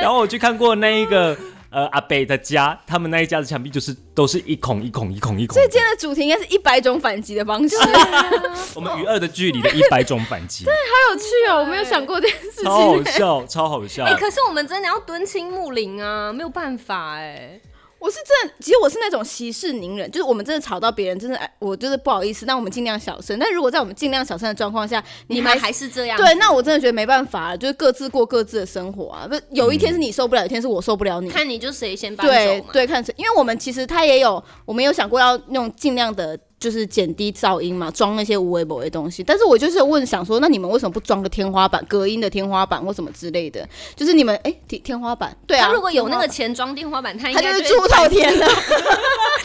A: 然后我去看过那一个呃阿北的家，他们那一家的墙壁就是都是一孔一孔一孔一孔
C: 所以。今天的主题应该是一百种反击的方式，好
B: 哦
A: 我们与恶的距离的一百种反击，
C: 有趣哦！我没有想过这件事情、
A: 超好笑，超好笑
B: 哎、。可是我们真的要敦亲睦邻啊，没有办法哎、
C: 我是真的，其实我是那种息事宁人，就是我们真的吵到别人，真的哎，我就是不好意思，那我们尽量小声。但如果在我们尽量小声的状况下，
B: 你
C: 还
B: 们还是这样，
C: 对，，那我真的觉得没办法了，就是各自过各自的生活啊。不，有一天
A: 嗯
C: 是你受不了，有一天是我受不了你。
B: 看你就谁先搬走
C: 对
B: 嘛。
C: 对，看谁，因为我们其实他也有，我们有想过要用尽量的，就是减低噪音嘛，装那些无微不微的东西。但是我就是问想说，那你们为什么不装个天花板、隔音的天花板或什么之类的？就是你们哎，天天花板，对啊，
B: 他如果有那个
C: 天
B: 钱装天花板，他应
C: 花板，
B: 该
C: 他就是
B: 会
C: 猪头天了。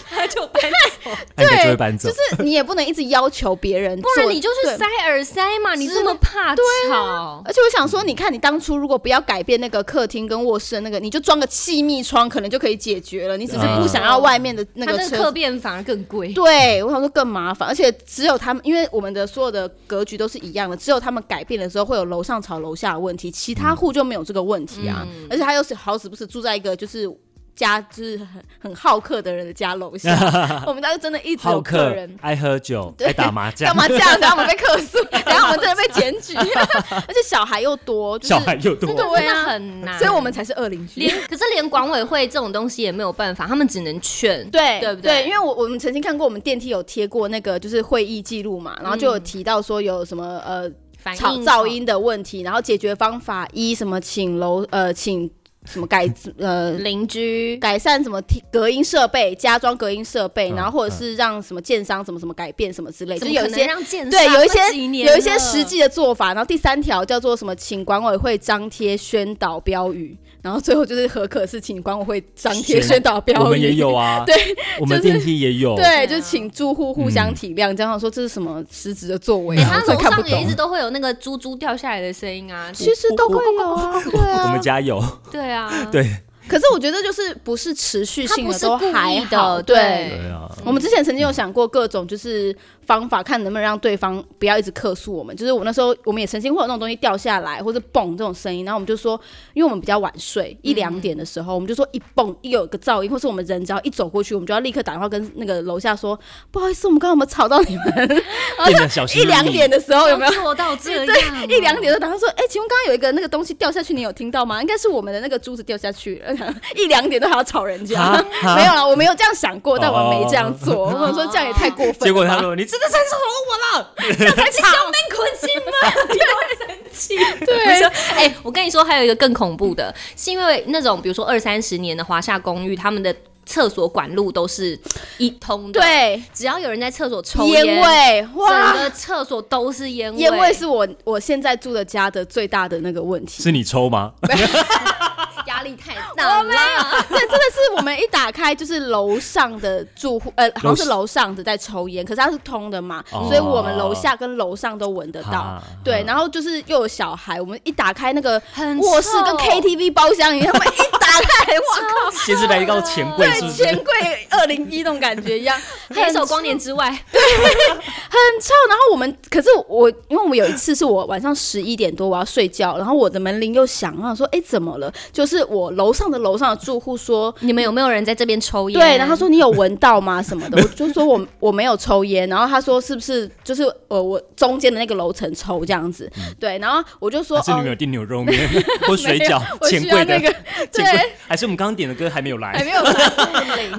B: 他就搬 走，
A: 他应该哎就会
C: 对，
A: 搬走
C: 就。是你也不能一直要求别人
B: 不
C: 做，
B: 然你就去
C: 对
B: 塞耳塞嘛，你这么怕
A: 啊
B: 吵。
C: 而且我想说，你看，你当初如果不要改变那个客厅跟卧室的那个，你就装个气密窗，可能就可以解决了。你只是
A: 嗯
C: 不想要外面的那
B: 他
C: 个
B: 那个
C: 车
B: 客。变反而更贵，
C: 对，我想说更麻烦，而且只有他们，因为我们的所有的格局都是一样的，只有他们改变的时候会有楼上吵楼下的问题，其他户就没有这个问题啊。而且他又是好死不死住在一个就是家就是很很好客的人的家楼 下，我们家就真的一直
A: 好
C: 有客
A: 客
C: 人，
A: 爱喝酒，
C: 对
A: 爱打麻将
C: 干， 嘛这 样？等下我们被客诉，等下我们真的 被检举，而且小孩又多，就是、
A: 小孩又
B: 真
A: 多
B: 的，真
C: 对
B: 的
C: 啊
B: 很难。
C: 所以我们才是恶邻居。
B: 连可是连管委会这种东西也没有办法，他们只能劝。
C: 对
B: 对不
C: 对？
B: 对
C: 因为我我们曾经看过，我们电梯有贴过那个就是会议记录嘛，然后就有提到说有什么呃
B: 反
C: 吵
B: 应
C: 噪音的问题，然后解决方法一什么请楼呃请什么改呃
B: 邻居
C: 改善什么梯隔音设备，加装隔音设备，
A: 嗯
C: 然后或者是让什么建商怎么怎么改变什么之类，就
B: 怎
C: 是
B: 么
C: 有
B: 可
C: 一
B: 能
C: 些
B: 让建
C: 对，
B: 商
C: 有一
B: 都
C: 些
B: 几年
C: 有一些
B: 了
C: 实际的做法，然后第三条叫做什么？请管委会张贴宣导标语，然后最后就是合可是请管委会张贴
A: 宣
C: 宣导标语。
A: 我们也有啊，
C: 对，
A: 我们
C: 就是
A: 电梯也有，
C: 对，
B: 对啊
C: 就请住户互
A: 嗯
C: 相体谅。这样说这是什么失职的作为
B: 哎、他
C: 啊？我真
B: 楼
C: 的看不
B: 上也一
C: 懂
B: 直。都会有那个珠珠掉下来的声音啊。
C: 其实都会有啊，对
A: 我们
C: 啊。
A: 家有，
B: 对啊，
A: 对
C: 可是我觉得就是不是持续性
B: 它不
C: 的
B: 是
C: 都还好，
B: 故意的对
C: 对。
A: 对啊，
C: 我们之前曾经有想过各种就是方法，看能不能让对方不要一直客诉我们。就是我那时候我们也曾经会有那种东西掉下来或者蹦这种声音，然后我们就说，因为我们比较晚睡，一两点的时
B: 嗯
C: 候，我们就说一蹦一有一个噪音，或是我们人只要一走过去，我们就要立刻打电话跟那个楼下说，
B: 嗯
C: 不好意思，我们刚刚有没有吵到你
B: 哦
C: 们？
A: 变得小心
C: 一两
A: 翼翼
C: 点。的时哦候有没有？
B: 做到这样哦、
C: 对，一两点就打算说，哎、请问刚刚有一个那个东西掉下去，你有听到吗？应该是我们的那个珠子掉下去了。一两点都还要吵人家，
A: 啊啊
C: 没有啦，我没有这样想过，但我没这样做。
B: 哦
C: 我想说这样也太过分了吧。
A: 结果他说：“你真的是
B: 才是小命困心吗？ 你会生气？对，哎、我跟你说，还有一个更恐怖的，是因为那种比如说二三十年的华夏公寓，他们的厕所管路都是一通的，，
C: 对
B: 只要有人在厕所抽
C: 烟味，
B: 整
C: 哇，
B: 个厕所都是烟味，
C: 烟味是我我现在住的家的最大的那个问题。
A: 是你抽吗？
B: 压力太大了。
C: 对，真的是我们一打开就是楼上的住户，呃，好像是楼上的在抽烟，可是它是通的嘛，
A: 哦
C: 所以我们楼下跟楼上都闻得到
A: 啊。
C: 对，然后就是又有小孩，我们一打开那个
B: 很
C: 卧室跟
B: 臭
C: KTV 包厢一样，我们一打 开，哇
A: 先是来一个钱柜，是
C: 靠，
A: 不是？
C: 钱柜二零一那种感觉一 样，
B: 黑手光年之外，
C: 很臭。然后我们，可是我，因为我们有一次是我晚上十一点多我要睡觉，然后我的门铃又响，我想说，哎，怎么了？就是我楼上的楼上的住户说。
B: 你们有没有人在这边抽烟？
C: 对，然后他说你有闻到吗？什么 的，我就说我我没有抽烟，然后他说是不是就是呃我中间的那个楼层抽这样子，对，然后我就说
A: 嗯还是你
C: 哦
A: 们有订牛肉面或水饺
C: 没有？我需
A: 钱
C: 要
A: 柜的
C: 那个
A: 钱柜
C: 对，
A: 还是我们刚刚点的歌还没有
C: 还
A: 来？
C: 哎没有 来，然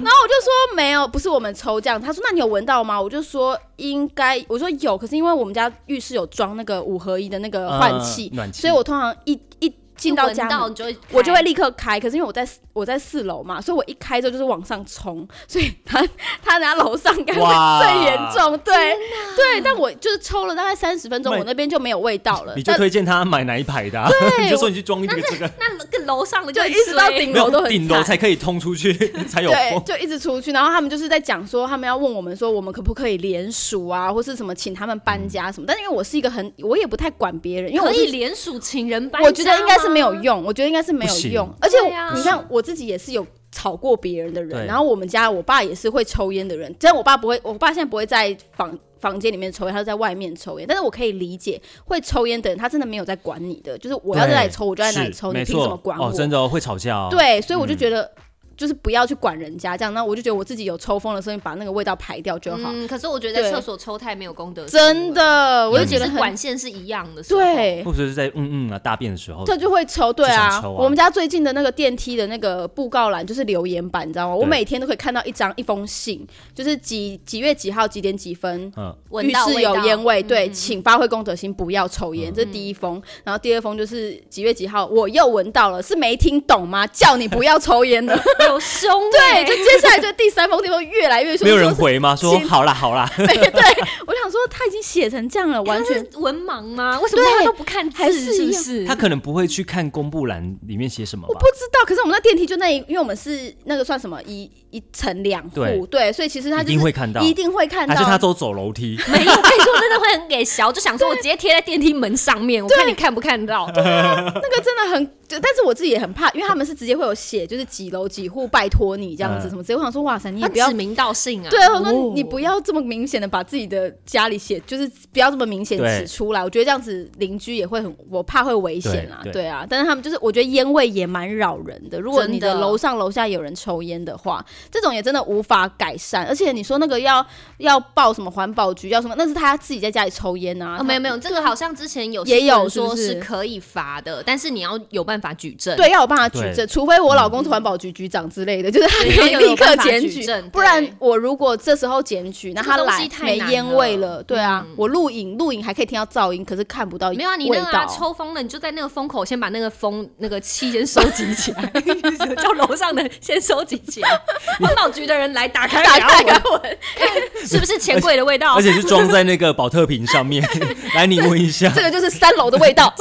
C: 后我就说没有，不是我们抽这样。他说那你有闻到吗？我就说应该，我说有，可是因为我们家浴室有装那个五合一的那个换气，
A: 嗯暖气
C: 所以我通常一一进到家
B: 闻到
C: 门。
B: 你就会
C: 我就
B: 开
C: 会立刻开，可是因为我在我在四楼嘛，所以我一开之后就是往上冲，所以他 他拿楼上应该会
A: 哇
C: 最严重，对对，但我就是抽了大概三十分钟，
A: 那
C: 我那边就没有味道了，
A: 你就
C: 但
A: 推荐他买哪一排的啊？
C: 对
A: 你就说你去装一个这个，
B: 那跟楼上的
C: 就
B: 就
C: 一直到顶
A: 没
C: 楼都
A: 有
C: 很
A: 顶楼
C: 惨
A: 才可以通出去， 才有
C: 对，
A: 风。
C: 就一直出去，然后他们就是在讲说，他们要问我们说，我们可不可以联署啊，或是什么请他们搬家什么？但是因为我是一个很，我也不太管别人，因为
B: 可
C: 我
B: 以
C: 是。
B: 联署请人搬家吗，
C: 我觉得应该是没有用，我觉得应该是没有用
A: 不行。
C: 而且
B: 对啊
C: 你看，我自己也是有吵过别人的人。
A: 对
C: 然后我们家我爸也是会抽烟的人，但我爸不会，我爸现在不会在房房间里面抽烟，他是在外面抽烟。但是我可以理解会抽烟的人，他真的没有在管你的，就是我要在哪里抽，我就在哪里
A: 是
C: 抽，你
A: 没
C: 凭
A: 错
C: 什么管我？
A: 哦，真的哦，会吵架哦。，
C: 对，所以我就
A: 嗯
C: 觉得。就是不要去管人家这样，那我就觉得我自己有抽风的时候，你把那个味道排掉就好。
B: 嗯，可是我觉得在
C: 对
B: 厕所抽太没有公德心了，
C: 真的，我就
A: 嗯
C: 觉
B: 尤其
C: 得
B: 是
C: 很
B: 管线是一样的时候，
C: 对，
A: 或者是在嗯嗯啊大便的时候，
C: 这就会抽，对
A: 就
C: 啊，
A: 想抽啊
C: 我们家最近的那个电梯的那个布告栏就是留言板，你知道吗？我
A: 对
C: 每天都可以看到一张一封信，就是几几月几号几点几分。
A: 嗯，
B: 闻
C: 浴
B: 到
C: 室
B: 味
C: 有
B: 道
C: 烟味，对，
B: 嗯
C: 请发挥公德心，不要抽
A: 嗯
C: 烟，这是第一封。然后第二封就是几月几号，我又闻到了，是没听懂 吗？叫你不要抽烟了。
B: 有凶
C: 对，
B: 欸
C: 就接下来就第三封，地方越来越凶，
A: 没有人
C: 说是
A: 回吗？说
C: 行
A: 好啦好啦，
C: 我想说他已经写成这 样了，完
B: 完
C: 全
B: 全文盲吗？为什么
C: 对
B: 大家都不看
C: 还
B: 字？
C: 是
B: 是
C: 一
B: 不
C: 样
B: 是？
A: 他可能不会去看公布栏里面写什么
C: 嗯我
A: 吧
C: 不？知道，可是我们那电梯就那一，因为我们是那个算什么一一层两户，
A: 对
C: 对，所以其实他
A: 一
C: 就是
A: 定会看到
C: 一定会看
A: 还
C: 到，
A: 是他都走楼梯？
B: 没有，我跟你说，我真的会很给小，我就想说我直接贴在电梯门上面，我看你看不看到。
C: 那个真的很，就但是我自己也很怕，因为他们是直接会有写，就是几楼几户，拜托你这样子
A: 嗯
C: 什么之类，我想说，哇塞，你也
B: 他
C: 不要
B: 指。名道姓啊！
C: 对，我说你
B: 哦
C: 不要这么明显的把自己的家里写，就是不要这么明显
A: 对
C: 指出来。我觉得这样子邻居也会很，我怕会危险啊，
A: 对对
C: 对啊。但是他们就是，我觉得烟味也蛮扰人的。如果你的
B: 真的
C: 楼上楼下有人抽烟的话，这种也真的无法改善。而且你说那个要要报什么环保局，要什么，那是他自己在家里抽烟啊。
B: 哦，没有没
C: 有，
B: 有，这个好像之前有
C: 也
B: 新闻
C: 有是不
B: 说
C: 是
B: 是可以罚的，但是你要有办法举证。
C: 对，要有办法举
A: 对
C: 证，除非我老公是环保局局长之类的，就是他
B: 对，
C: 可以
B: 要
C: 立
B: 有
C: 刻
B: 办法
C: 检
B: 举
C: 举。
B: 证，
C: 不然
B: 对
C: 我如果这时候检举，那
B: 这
C: 他
B: 个东
C: 来
B: 西太
C: 没
B: 难
C: 烟味
B: 了
C: 了，对啊，
B: 嗯
C: 我录影录影还可以听到噪音，可是看不到
B: 没有啊，你
C: 味
B: 那个啊
C: 道
B: 抽风了，你就在那个风口先把那个风那个气先收集起 来，叫楼上的先收集 起来，环保局的人来打开
C: 打
B: 给他
C: 开
B: 闻，看是不是钱柜的味道
A: 而。且是装在那个保特瓶上面。 来，你闻一下
C: 这。个就是三楼的味 道，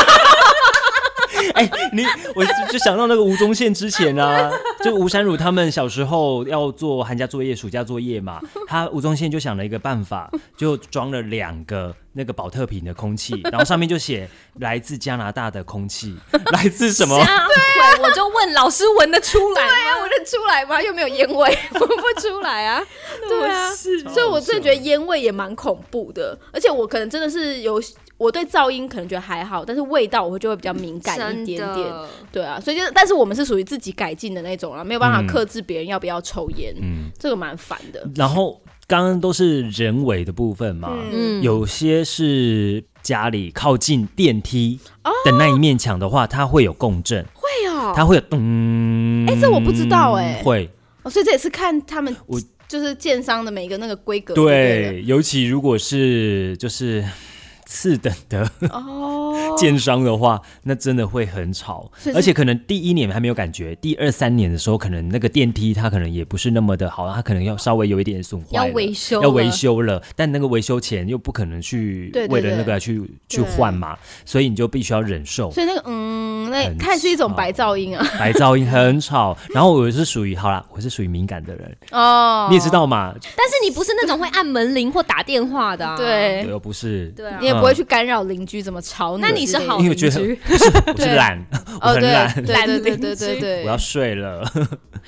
A: 哎、你我就想到那个吴宗宪之前啊， 就吴山如他们小时候要做寒假作业、暑假作业嘛，他吴宗宪就想了一个办法，就装了两个那个保特瓶的空 气，然后上面就写来自加拿大的空气，来自什么？
B: 吓 坏啊我就问老师闻得出来吗？
C: 啊我认出来吗？又没有烟味，闻不出来啊。 对啊，所以我真的觉得烟味也蛮恐怖的，而且我可能真的是有，我对噪音可能觉得还好，但是味道我会就会比较敏感
B: 真
C: 一点点。
B: 的
C: 对啊，所以就是，但是我们是属于自己改进的那种啦，啊没有办法克制别人要不要抽烟，
A: 嗯，
C: 这个蛮烦的。
A: 然后刚刚都是人为的部分嘛，
C: 嗯，
B: 嗯，
A: 有些是家里靠近电梯
C: 哦
A: 的那一面墙的话，它会有共振，
C: 会哦，
A: 它会有咚。
C: 哎这我不知道哎
A: 会。
C: 哦所以这也是看他们
A: 我
C: 就是建商的每一个那个规格对
A: 对，尤其如果是就是次等的
C: 不对哦，
A: 建商的话，那真的会很吵
C: 所以，是
A: 而且可能第一年还没有感觉，第二三年的时候，可能那个电梯它可能也不是那么的好，它可能要稍微有一点损坏
B: 要
A: 了，
B: 维修，
A: 要维。修了，但那个维修前又不可能去
C: 对对
A: 为了那
C: 对
A: 个去去换嘛，所以你就必须要忍受。
C: 所以那个嗯，那
A: 很
C: 它也是一种
A: 吵
C: 白噪 音啊。
A: 白噪音很吵，然后我是属于好啦，我是属于敏感的人，
C: 哦，
A: 你也知道嘛，
B: 但是你不是那种会按门铃或打电话 的、啊，。
C: 对，
A: 对，我不是，
B: 对啊
C: 你也不会去干扰邻居怎么吵你
B: 那
C: 之类的。
B: 你是好
A: 因为
B: 邻
A: 我觉
B: 居
A: 得， 不是，我是
C: 对
A: 懒，我
C: 哦，
A: 很
C: 对
A: 懒，
C: 对
B: 懒
C: 对对
B: 邻
C: 对对
B: 居
C: 对，
A: 我要睡了，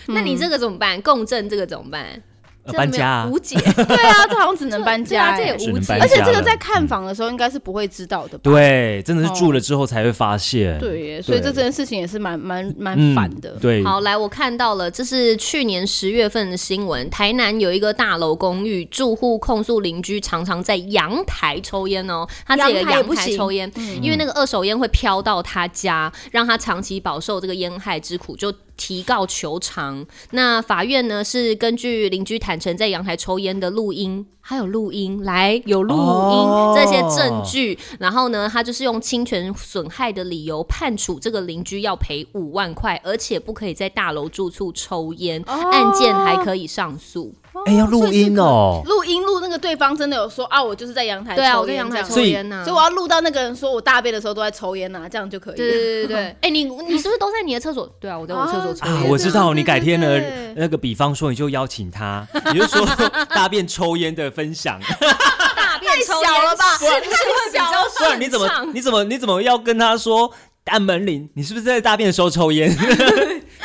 B: 那你这个怎么办？共振这个怎么办？
A: 呃
B: 这
A: 搬
B: 没有
A: 家啊
B: 无 解，
C: 对啊，这好像只能搬
B: 对啊，
C: 家欸，
B: 这也
A: 只
B: 无
A: 能
B: 解。
A: 搬
C: 而且
A: 家
C: 这个
A: 了
C: 在看房的时候应该是不会知道的吧？
A: 对，真的是
B: 哦
A: 住了之后才会发现，
C: 对耶，所以
A: 嗯对
C: 这件事情也是蛮蛮蛮
A: 嗯，
C: 烦的。
A: 对，
B: 好，来，我看到了，这是去年十月份的新闻，台南有一个大楼公寓，住户控诉邻居常常在阳台抽烟哦，他自己的
C: 阳台也
B: 阳
C: 不
B: 台
C: 行
B: 抽烟，因为那个二手烟会飘到他家，让他长期饱受这个烟害之苦，就。提告求偿，那法院呢是根据邻居坦诚在阳台抽烟的录音，还有录音来有录音、
A: 哦
B: 这些证据，然后呢，他就是用侵权损害的理由判处这个邻居要赔五万块，而且不可以在大楼住处抽烟，案件还可以上诉。
A: 哎，要录音哦，
C: 录音录那个对方真的有说啊，我就是在阳台
B: 对啊，我在
C: 在
B: 阳台抽
A: 所以
B: 烟呐、
C: 所以我要录到那个人说我大便的时候都在抽烟啊呐，这样就可以。
B: 对对对对，哎、你你是不是都在你的厕所？对啊，我在我厕所抽
C: 啊
A: 啊
B: 烟。，
A: 我知道，你改天
C: 对
A: 呢
C: 对对，
A: 那个比方说，你就邀请他，你就 说大便抽烟的分享，
B: 大便抽烟
C: 太小了吧
B: 是不是会比较
A: 不然你怎么
B: 顺畅
A: 你怎么你怎么要跟他说按门铃？你是不是在大便的时候抽烟？这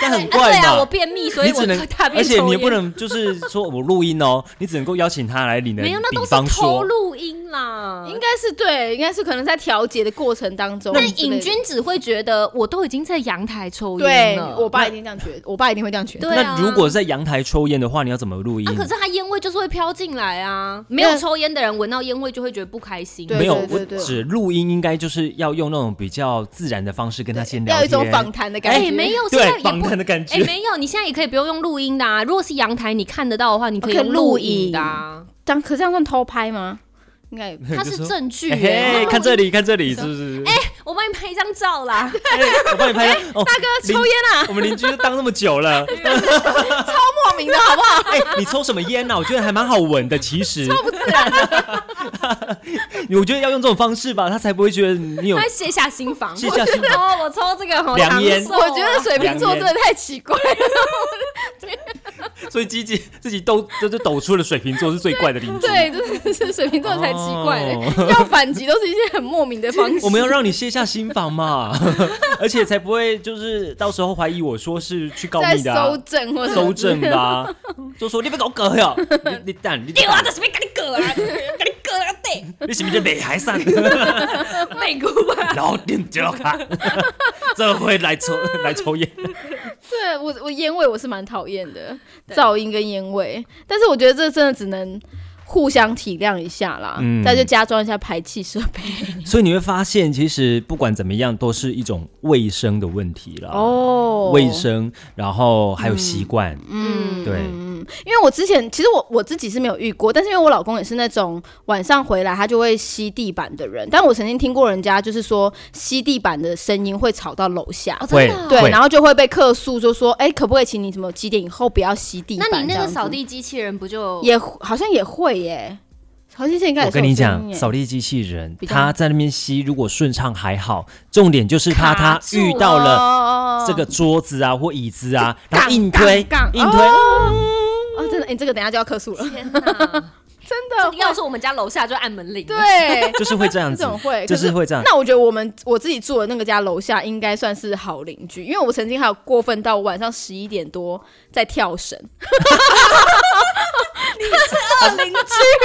A: 样很
B: 啊对
A: 怪
B: 啊，我
A: 嘛。
B: 便秘，所以
A: 你只
B: 我
A: 能
B: 大，便
A: 而且
B: 抽
A: 你又
B: 烟
A: 不能就是说我录音哦，你只能够邀请他来你的，
B: 没有，那
A: 比
B: 都
A: 方
B: 是偷
A: 说，
B: 录音啦。
C: 应该是对，应该是可能在调解的过程当中之
B: 但
C: 类的。
B: 瘾君只会觉得我都已经在阳台抽烟
C: 对
B: 了，
C: 我爸一定这样觉得，我爸一定会这样觉得。
B: 对啊
A: 那如果在阳台抽烟的话，你要怎么录音
B: 啊，？可是他烟味就是会飘进来啊。没有
C: 对
B: 抽烟的人闻到烟味就会觉得不开心。
C: 对
A: 没有，
C: 对
A: 我
C: 对
A: 只录音应该就是要用那种比较自然的方式跟他先聊
C: 要有
A: 天，
C: 一种访谈的感觉。
B: 哎，没有，现在
A: 对
B: 也
A: 访
B: 不
A: 谈的感
B: 哎、
A: 觉。
B: 没有，你现在也可以不用用录音的啊。如果是阳台你看得到的话，你可以
C: 可以
B: 用
C: 录
B: 录影的、
C: 影
B: 啊，
C: 当可这样算偷拍吗？应该也
B: 它是证据、
A: 嘿
B: 欸。
A: 哎嘿，看这里，看这里，是不是？哎，
B: 我帮你拍一张照啦。
A: 我帮你拍。大哥
B: 抽烟
A: 啊！我们邻居都当那么久了，
C: 莫名的好不好？
A: 哎，你抽什么烟呐？我觉得还蛮好闻的，其实。超不自然 的。我觉得要用这种方式吧，他才不会觉得你
C: 哎
A: 有
B: 他卸下心防，
A: 卸下心
B: 哦，我抽这个好
A: 凉
B: 长
A: 烟
B: 寿啊
C: 我觉 得水瓶座真的太奇怪了，
A: 所以自己自己抖，就是抖出了水瓶座是最怪的邻居。
C: 对，真的是水瓶座才奇怪嘞、
A: 哦
C: 要反击都是一些很莫名的方式。
A: 我们要让你卸下心防嘛， 而且才不会就是到时候怀疑我说是去告
C: 在
A: 密的、啊
C: 搜、证或者
A: 搜证的、 啊，就说你别搞搞呀，你你蛋你
B: 对
A: 蛋
B: 啊，这是要跟你割啊，跟你割啊，对，
A: 你是不是北海散？
B: 美国 吧。
A: 然后点接到卡， 这回来抽来抽烟，
C: 对我我烟味我是蛮讨厌 的，噪音跟烟味，但是我觉得这真的只能互相体谅一下啦，
A: 嗯
C: 再就加装一下排气设 备。
A: 所以你会发现，其实不管怎么样，都是一种卫生的问题啦。
C: 哦
A: 卫生，然后还有习惯，
C: 嗯
A: 对
C: 嗯，嗯因为我之前其实我我自己是没有遇过，但是因为我老公也是那种晚上回来他就会吸地板的人，但我曾经听过人家就是说吸地板的声音会吵到楼下。
B: 哦，真
A: 会
B: 的啊。
C: 对，
A: 会
C: 然后就会被客诉，就说，哎、可不可以请你什么几点以后不要吸地板？
B: 那你
C: 这
B: 那
C: 样
B: 个
C: 子
B: 扫地机器人不就
C: 也好像也会耶，好像现在应该也
A: 我
C: 是有
A: 跟你
C: 声音
A: 讲，
C: 耶
A: 扫地机器人
C: 比较
A: 它在那边吸，如果顺畅还好，重点就是怕它
B: 卡住
A: 遇到
C: 哦
A: 了
C: 了
A: 这个桌子啊或椅子啊，然后
C: 嗯杠
A: 硬推
C: 杠杠
A: 硬推，嗯
C: 哦，真的，哎、这个等一下就要客诉了，
B: 天哪？
C: 真的哦
B: 要是我们家楼下就按门铃，，
C: 对啊
A: 。就是会这样
C: 这
A: 子
C: 种，会，
A: 就
C: 可
A: 是会这样。
C: 那我觉得我们我自己住的那个家楼下应该算是好邻居，因为我曾经还有过分到晚上十一点多在 跳绳，
B: 二邻居。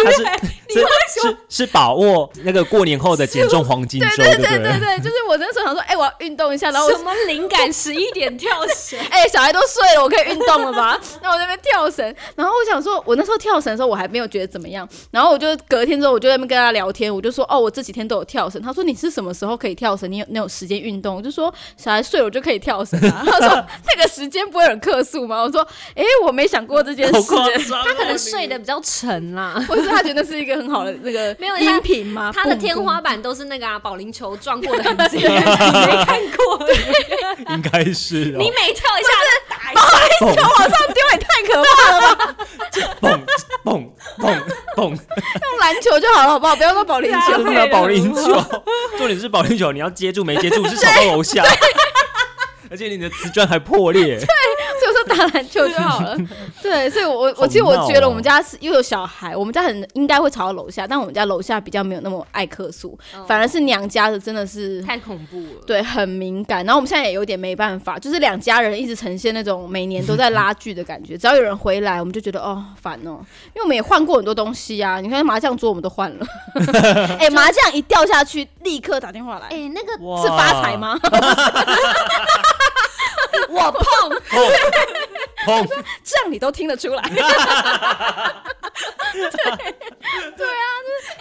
A: 它是是是是把握那个过年后的减重黄金周，对不
C: 对
A: 对？
C: 对，就是我那时候想说，哎、我要运动一下，然后
B: 什
C: 我。
B: 么灵感？ 十一点跳绳，
C: 哎、小孩都睡了，我可以运动了吧？ 那我在那边跳绳，然后我想说，我那时候跳绳的时候，我还没有觉得怎么样。然后我就隔天之后，我就在那边跟他聊天，我就说，哦，我这几天都有跳绳。他说你是什么时候可以跳绳？你有你有时间运动？我就说小孩睡了我就可以跳绳啊。他说那个时间不会有人客诉吗？我说，哎、我没想过这件
A: 好
C: 事、
A: 夸 张哦，
B: 他可能睡得比较沉啦。
C: 或者是他觉得是一个很好的那个
B: 没有他
C: 音频嘛，
B: 他的
C: 蹦
B: 天
C: 蹦
B: 花板都是那个啊，保龄球撞过的痕迹，啊 你没看过？
A: 应该是
B: 你
A: 哦，
B: 每跳一下就打一下，
A: 蹦
C: 往上丢也太可怕了吧！
A: 蹦蹦蹦蹦，
C: 用篮球就好了，好不好？哦不要说保龄球。
A: 真的保龄球，重点是保龄球，你要接住没接住是吵到楼下，而且你的瓷砖还破裂，
C: 所以我说打篮球 就好了。对，所以我我我其实我觉得我们家是又有小孩，我们家很应该会吵到楼下，但我们家楼下比较没有那么爱客诉，反而是娘家的真的是。
B: 哦太恐怖了。
C: 对，很敏感。然后我们现在也有点没办法，就是两家人一直呈现那种每年都在拉锯的感觉。只要有人回来，我们就觉得哦烦哦，因为我们也换过很多东西啊。你看麻将桌我们都换了，哎、麻将一掉下去，立刻打电话来，
B: 哎、那个
A: 哇
C: 是发财？吗？
B: 我碰，
A: 砰
C: 这样你都听得出 来。
B: 啊哎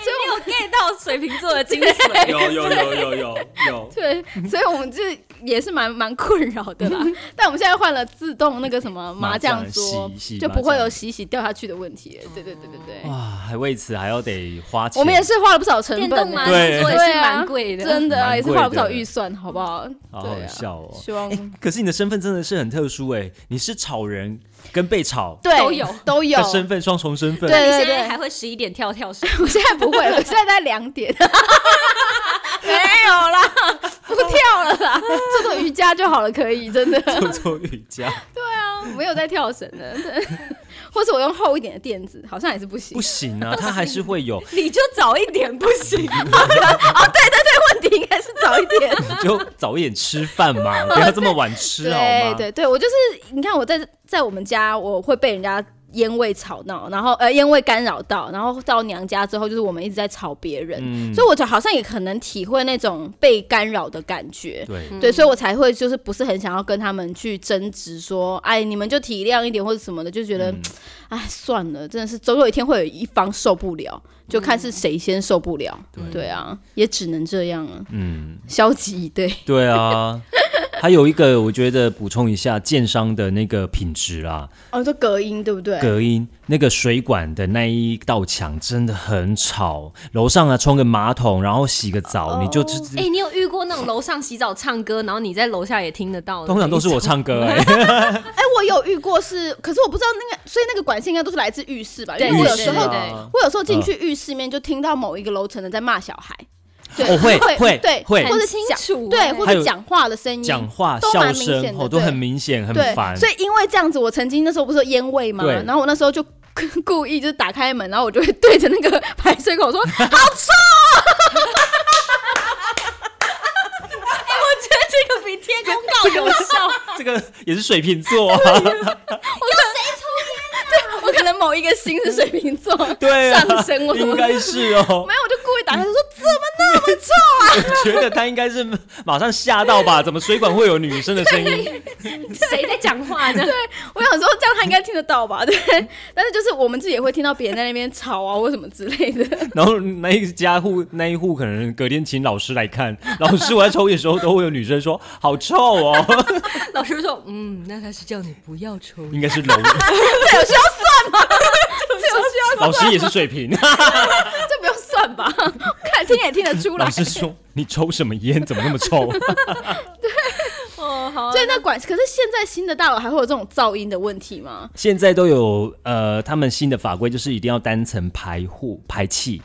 B: 所以我 get 到水瓶座的精髓。
A: 有有有有 有有，
C: 对，所以我们这也是蛮蛮困扰 的啦。但我们现在换了自动那个什么麻将桌
A: 麻将洗，洗
C: 就不会
A: 麻
C: 有
A: 将
C: 洗一洗掉下去的问题了。
B: 哦
C: 对对对对对，
A: 哇，还为此还要得花钱，
C: 哎我们也是花了不少成
B: 电
C: 本
B: 动
C: 呢、
B: 麻
A: 对
B: 将桌也是蛮贵的，
C: 真的啊，
A: 蛮
C: 也是
A: 贵
C: 花了不少
A: 的
C: 预算，好不好？
A: 好
C: 对
A: 好
C: 啊，
A: 笑哦。
C: 希望
A: 可是你的身份真的是很特殊哎、你是吵人跟被吵
C: 对
B: 都有
C: 都有
A: 的。身份双重身份，
C: 对
B: 你
C: 对
B: 现
C: 对
B: 在，还会十一点跳跳绳，
C: 我 现在不会， 我现在在两点。没有啦， 不跳了啦，做做瑜伽就好了，可以，真的。
A: 做做瑜伽
C: 没有在跳绳的，对或是我用厚一点的垫子，好像也是不行
A: 不。行啊，他还是会有。
B: 你就早一点不行？
C: 哦，对对对，问题应该是早一点。
A: 就早一点吃饭 嘛，不要这么晚吃好
C: 对
A: 吗？
C: 对对，我就是你看我在在我们家，我会被人家烟味吵闹，然后呃烟味干扰到，然后到娘家之后，就是我们一直在吵别人，
A: 嗯
C: 所以我就好像也很能体会那种被干扰的感觉。
A: 对，
C: 对，所以我才会就是不是很想要跟他们去争执，说，哎，你们就体谅一点或者什么的，就觉
A: 嗯
C: 得，哎、算了，真的是总有一天会有一方受不了，就看是谁先受不了。
A: 嗯对
C: 对啊，也只能这样啊，
A: 嗯，
C: 消极以对。
A: 对啊。还有一个，我觉得补充一下建商的那个品质啦，
C: 哦，就隔音对不对？
A: 隔音那个水管的那一道墙真的很吵。楼上啊，冲个马桶，然后洗个澡，
C: 哦
A: 你就直
B: 哎、你有遇过那种楼上洗澡唱歌，然后你在楼下也听得到的那一种？
A: 通常都是我唱 歌哎、
C: 哎、我有遇过是，可是我不知道那个，所以那个管线应该都是来自浴室吧？因
B: 对
C: 为我有
B: 浴
C: 时
B: 室
C: 候
B: 对
C: 我有时候
A: 嗯
C: 进去浴室里面就听到某一个楼层的在骂小孩，对，
A: 我哦会
C: 会
A: 会
C: 对
A: 会
C: 或者
B: 很清
C: 讲
B: 楚
C: 对，
B: 欸
C: 或
A: 还
C: 者
A: 有
C: 讲话的声音，
A: 讲话、
C: 都
A: 笑
C: 蛮明显
A: 声
C: 的
A: 哦，都
C: 对
A: 很明显，很
C: 对
A: 烦。，
C: 所以因为这样子，我曾经那时候不是有烟味嘛，
A: 对
C: 然后我那时候就 故意就是打开门，然后我就会对着那个 排水口说：“好臭！”
B: 这个比贴公告有效。
A: 这个也是水瓶 座、啊，
C: 我可能某一个心是水瓶座，
A: 对啊
C: 上升我，
A: 应该是 哦
C: 没。有，我就故意打开说：“怎么那么臭啊
A: 我觉得他应该是马上吓到吧？怎么水管会有女生的声音？
B: 谁在讲话 呢？？”
C: 我想说这样他应该听得到吧？ 对，但是就是我们自己也会听到别人在那边吵啊或什么之类的。
A: 然后那一家户那一户可能隔天请老师来看，老师我在抽烟的时候都会有女生说好臭哦，
B: 老师说，嗯，那他是叫你不要抽烟。
A: 应该是楼
C: 这有需要 算吗？这有需要
A: 老师也是水瓶。
C: 这不用算吧？看听也听得出来
A: 老。师说你抽什么烟？怎么那么臭？
B: 哦，好啊、
C: 所以那管，可是现在新的大楼还会有这种噪音的问题吗？
A: 现在都有呃，他们新的法规就是一定要单层排户排气，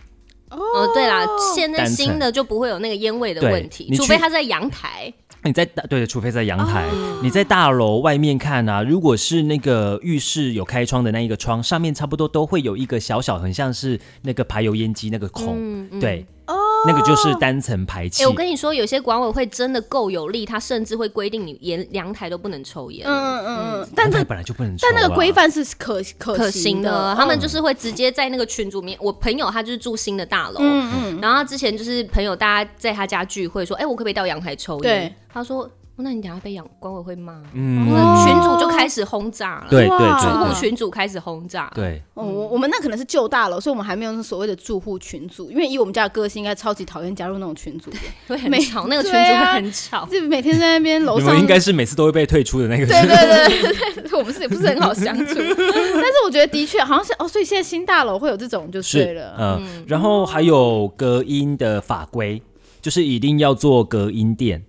B: 哦，对啦，现在
A: 单层
B: 新的就不会有那个烟味的问
A: 对
B: 题，
A: 你
B: 除
A: 去
B: 非他在阳台。
A: 你在大对，除非在阳台，
C: 哦
A: 你在大楼外面看啊，如果是那个浴室有开窗的那一个窗，上面差不多都会有一个小小，很像是那个排油烟机那个孔，
C: 嗯
A: 对，
C: 哦
A: 那个就是单层排气。
B: 哎、我跟你说，有些管委会真的够有力，他甚至会规定你沿阳台都不能抽烟。
C: 嗯嗯嗯，但
A: 但
C: 这
A: 它本来就不能抽啊、
C: 但那个规范是可可
B: 可
C: 行嗯
B: 行的，他们就是会直接在那个群组里面。我朋友他就是住新的大楼，
C: 嗯
B: 然后他之前就是朋友大家在他家聚会说，哎、我可不可以到阳台抽烟
C: 对？
B: 他说，哦那你等下被养管委会骂，哦
A: 嗯，
B: 那群主就开始轰炸了，
A: 对对
C: 哇
B: 住户
A: 对
B: 群主开始轰炸，
A: 对，对
C: 哦，我我们那可能是旧大楼，所以我们还没有所谓的住户群组，因为以我们家的个性，应该超级讨厌加入那种群组的，
B: 会
C: 没
B: 很吵，那个群主
C: 对啊
B: 会很吵。
C: 就每天在那边楼
A: 哦你
C: 上
A: 们应该是每次都会被退出的那个。
C: 对对对对 对，我们是也不是很好相处，但是我觉得的确好像是哦，所以现在新大楼会有这种就对
A: 是，
C: 了，嗯
A: 呃，然后还有隔音的法规，就是一定要做隔音垫，
C: 哦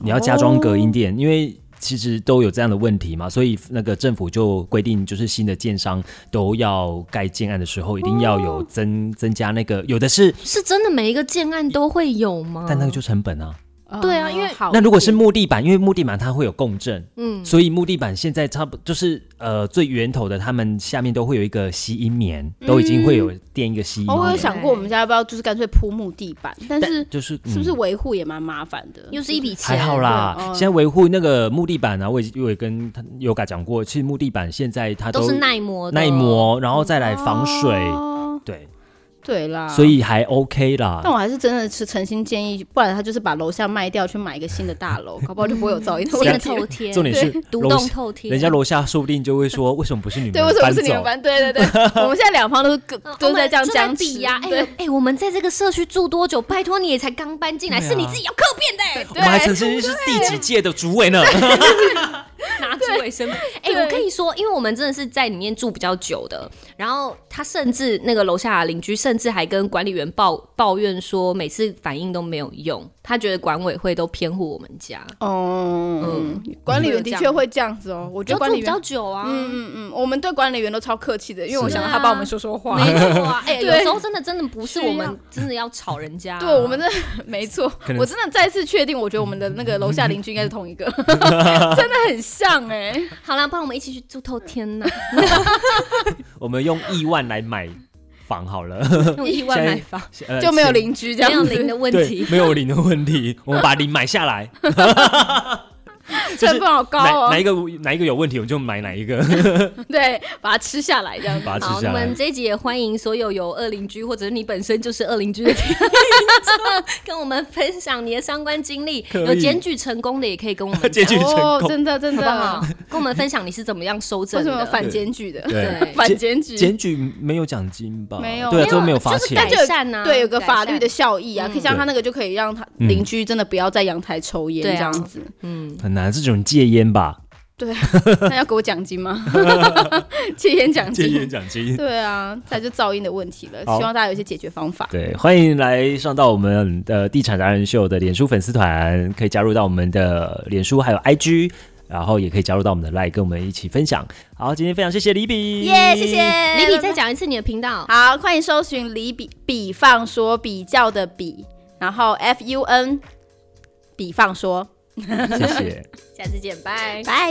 A: 你要加装隔音垫，因为其实都有这样的问题嘛，所以那个政府就规定，就是新的建商都要盖建案的时候，一定要
C: 哦
A: 有增、增加那个，有的是，
C: 嗯
B: 是真的每一个建案都会有吗？
A: 但那个就成本啊。
C: 哦
B: 对啊因为
C: 好
A: 那如果是木地板，因为木地板它会有共振，嗯，所以木地板现在差不就是呃最源头的，他们下面都会有一个吸音棉，都已经会有垫一个吸音
C: 哦，我有
A: 棉，
C: 想过我们家要不要就是干脆铺木地板，但
A: 但
C: 是
A: 就是
C: 是不
A: 嗯
C: 是维护也蛮麻烦的？
B: 又是一笔钱，
A: 还好啦，
C: 嗯
A: 现在维护那个木地板啊，我已我也跟他 Yoga 讲过，其实木地板现在它
B: 都是耐磨的，
A: 耐。磨，然后再来防水，
C: 哦啊
A: 对，
C: 对啦，
A: 所以还 OK 啦
C: 但。我还是真的是诚心建议，不然他就是把楼下卖掉，去买一个新的大楼，搞不好就不会有 噪音的
B: 新的
C: 问题。
B: 透贴，
A: 重点是
B: 独
A: 楼
B: 栋
A: 下
B: 透贴，
A: 人家楼下说不定就会说，为什么不是你们
C: 对，为什么
A: 搬
C: 不是你们
A: 走？
C: 班？对对对，我们现在两方都是 各
B: 嗯
C: 都在这样
B: 我们
C: 僵
B: 就在比
C: 持
B: 呀！哎
C: 对
B: 哎、我们在这个社区住多久？拜托你也才刚搬进来，
A: 对啊
B: 是你自己要客变的、欸，
A: 我们还曾经是第几届的主 委呢？
B: 拿出卫生棉。哎、
C: 对
B: 我跟你说，因为我们真的是在里面住比较久的，然后他甚至那个楼下的邻居，甚至还跟管理员抱抱怨说，每次反应都没有用，他觉得管委会都偏护我们家，
C: 哦，嗯，管理员的确会这样子哦。我觉
B: 就
C: 得管
B: 住
C: 理
B: 比较
C: 员，
B: 久啊。
C: 嗯嗯，我们对管理员都超客气的，因为我
A: 是
C: 想
B: 对啊
C: 他帮我们说说话。
B: 没错啊， 哎、
C: 对
B: 有时候真的真的不是我们真的要吵人家啊、
C: 对，我们真的 没错
A: 可，能
C: 我真的再次确定，我觉得我们的那个楼下邻居应该是同一 个，真的很像哎、
B: 好啦，不然我们一起去住透天呐、
A: 我们用亿万来买房好 了，
B: 用一万买房，
A: 呃
C: 就没有
A: 先
C: 邻居这
B: 没有
C: 样
B: 零
C: 子，
B: 的问
A: 对
B: 题，，
A: 没有零的问 题，我们把零买下来。就是
C: 成本好高
A: 哪
C: 哦
A: 哪。一个哪一个有问题，我们就买哪一个，
C: 对，把它吃下来这样子。
A: 把它
B: 好，
A: 吃
B: 那
A: 下
B: 我
A: 来
B: 们。这一集也欢迎所有有二邻居，或者是你本身就是二邻居的听众，跟我们分享你的相关经历。
A: 可以
B: 有检举成功的，也可 以跟我们
A: 检举成
C: 哦，
A: 功，
C: 真的真
B: 好不好
C: 的，？
B: 跟我们分享你是怎么样收
C: 为
B: 证
C: 什么有
B: 的，
C: 反检举的？
B: 对
C: 反检举，
A: 检举没有奖金吧？
C: 没有
A: 对啊，
C: 没有
A: 都没有罚
B: 就是
A: 钱
B: 改
C: 但。就有
B: 善啊，
C: 对，有个
B: 改
C: 法律的
B: 善，
C: 效益啊，
B: 嗯
C: 可以像他那个就可以让他
A: 嗯
C: 邻居真的不要在阳台抽烟
B: 对啊
C: 这样 子。
B: 嗯，
A: 很难，这种戒烟吧？
C: 对啊，那要给我奖 金吗？戒烟奖金。
A: 奖金。
C: 对啊，再就噪音的问题了，
A: 好
C: 希望大家有一些解决方法。
A: 对，欢迎来上到我们的地产达人秀的脸书粉丝团，可以加入到我们的脸书还有 IG，然后也可以加入到我们的 Line，跟我们一起分享。好，今天非常谢谢李比，
C: 耶，谢谢
B: 李比再讲一次你的频道，
C: 好，欢迎搜寻李比比方说比较的比，然后 F U N 比方说，
A: 谢谢。
B: 下次见，拜。
C: 拜。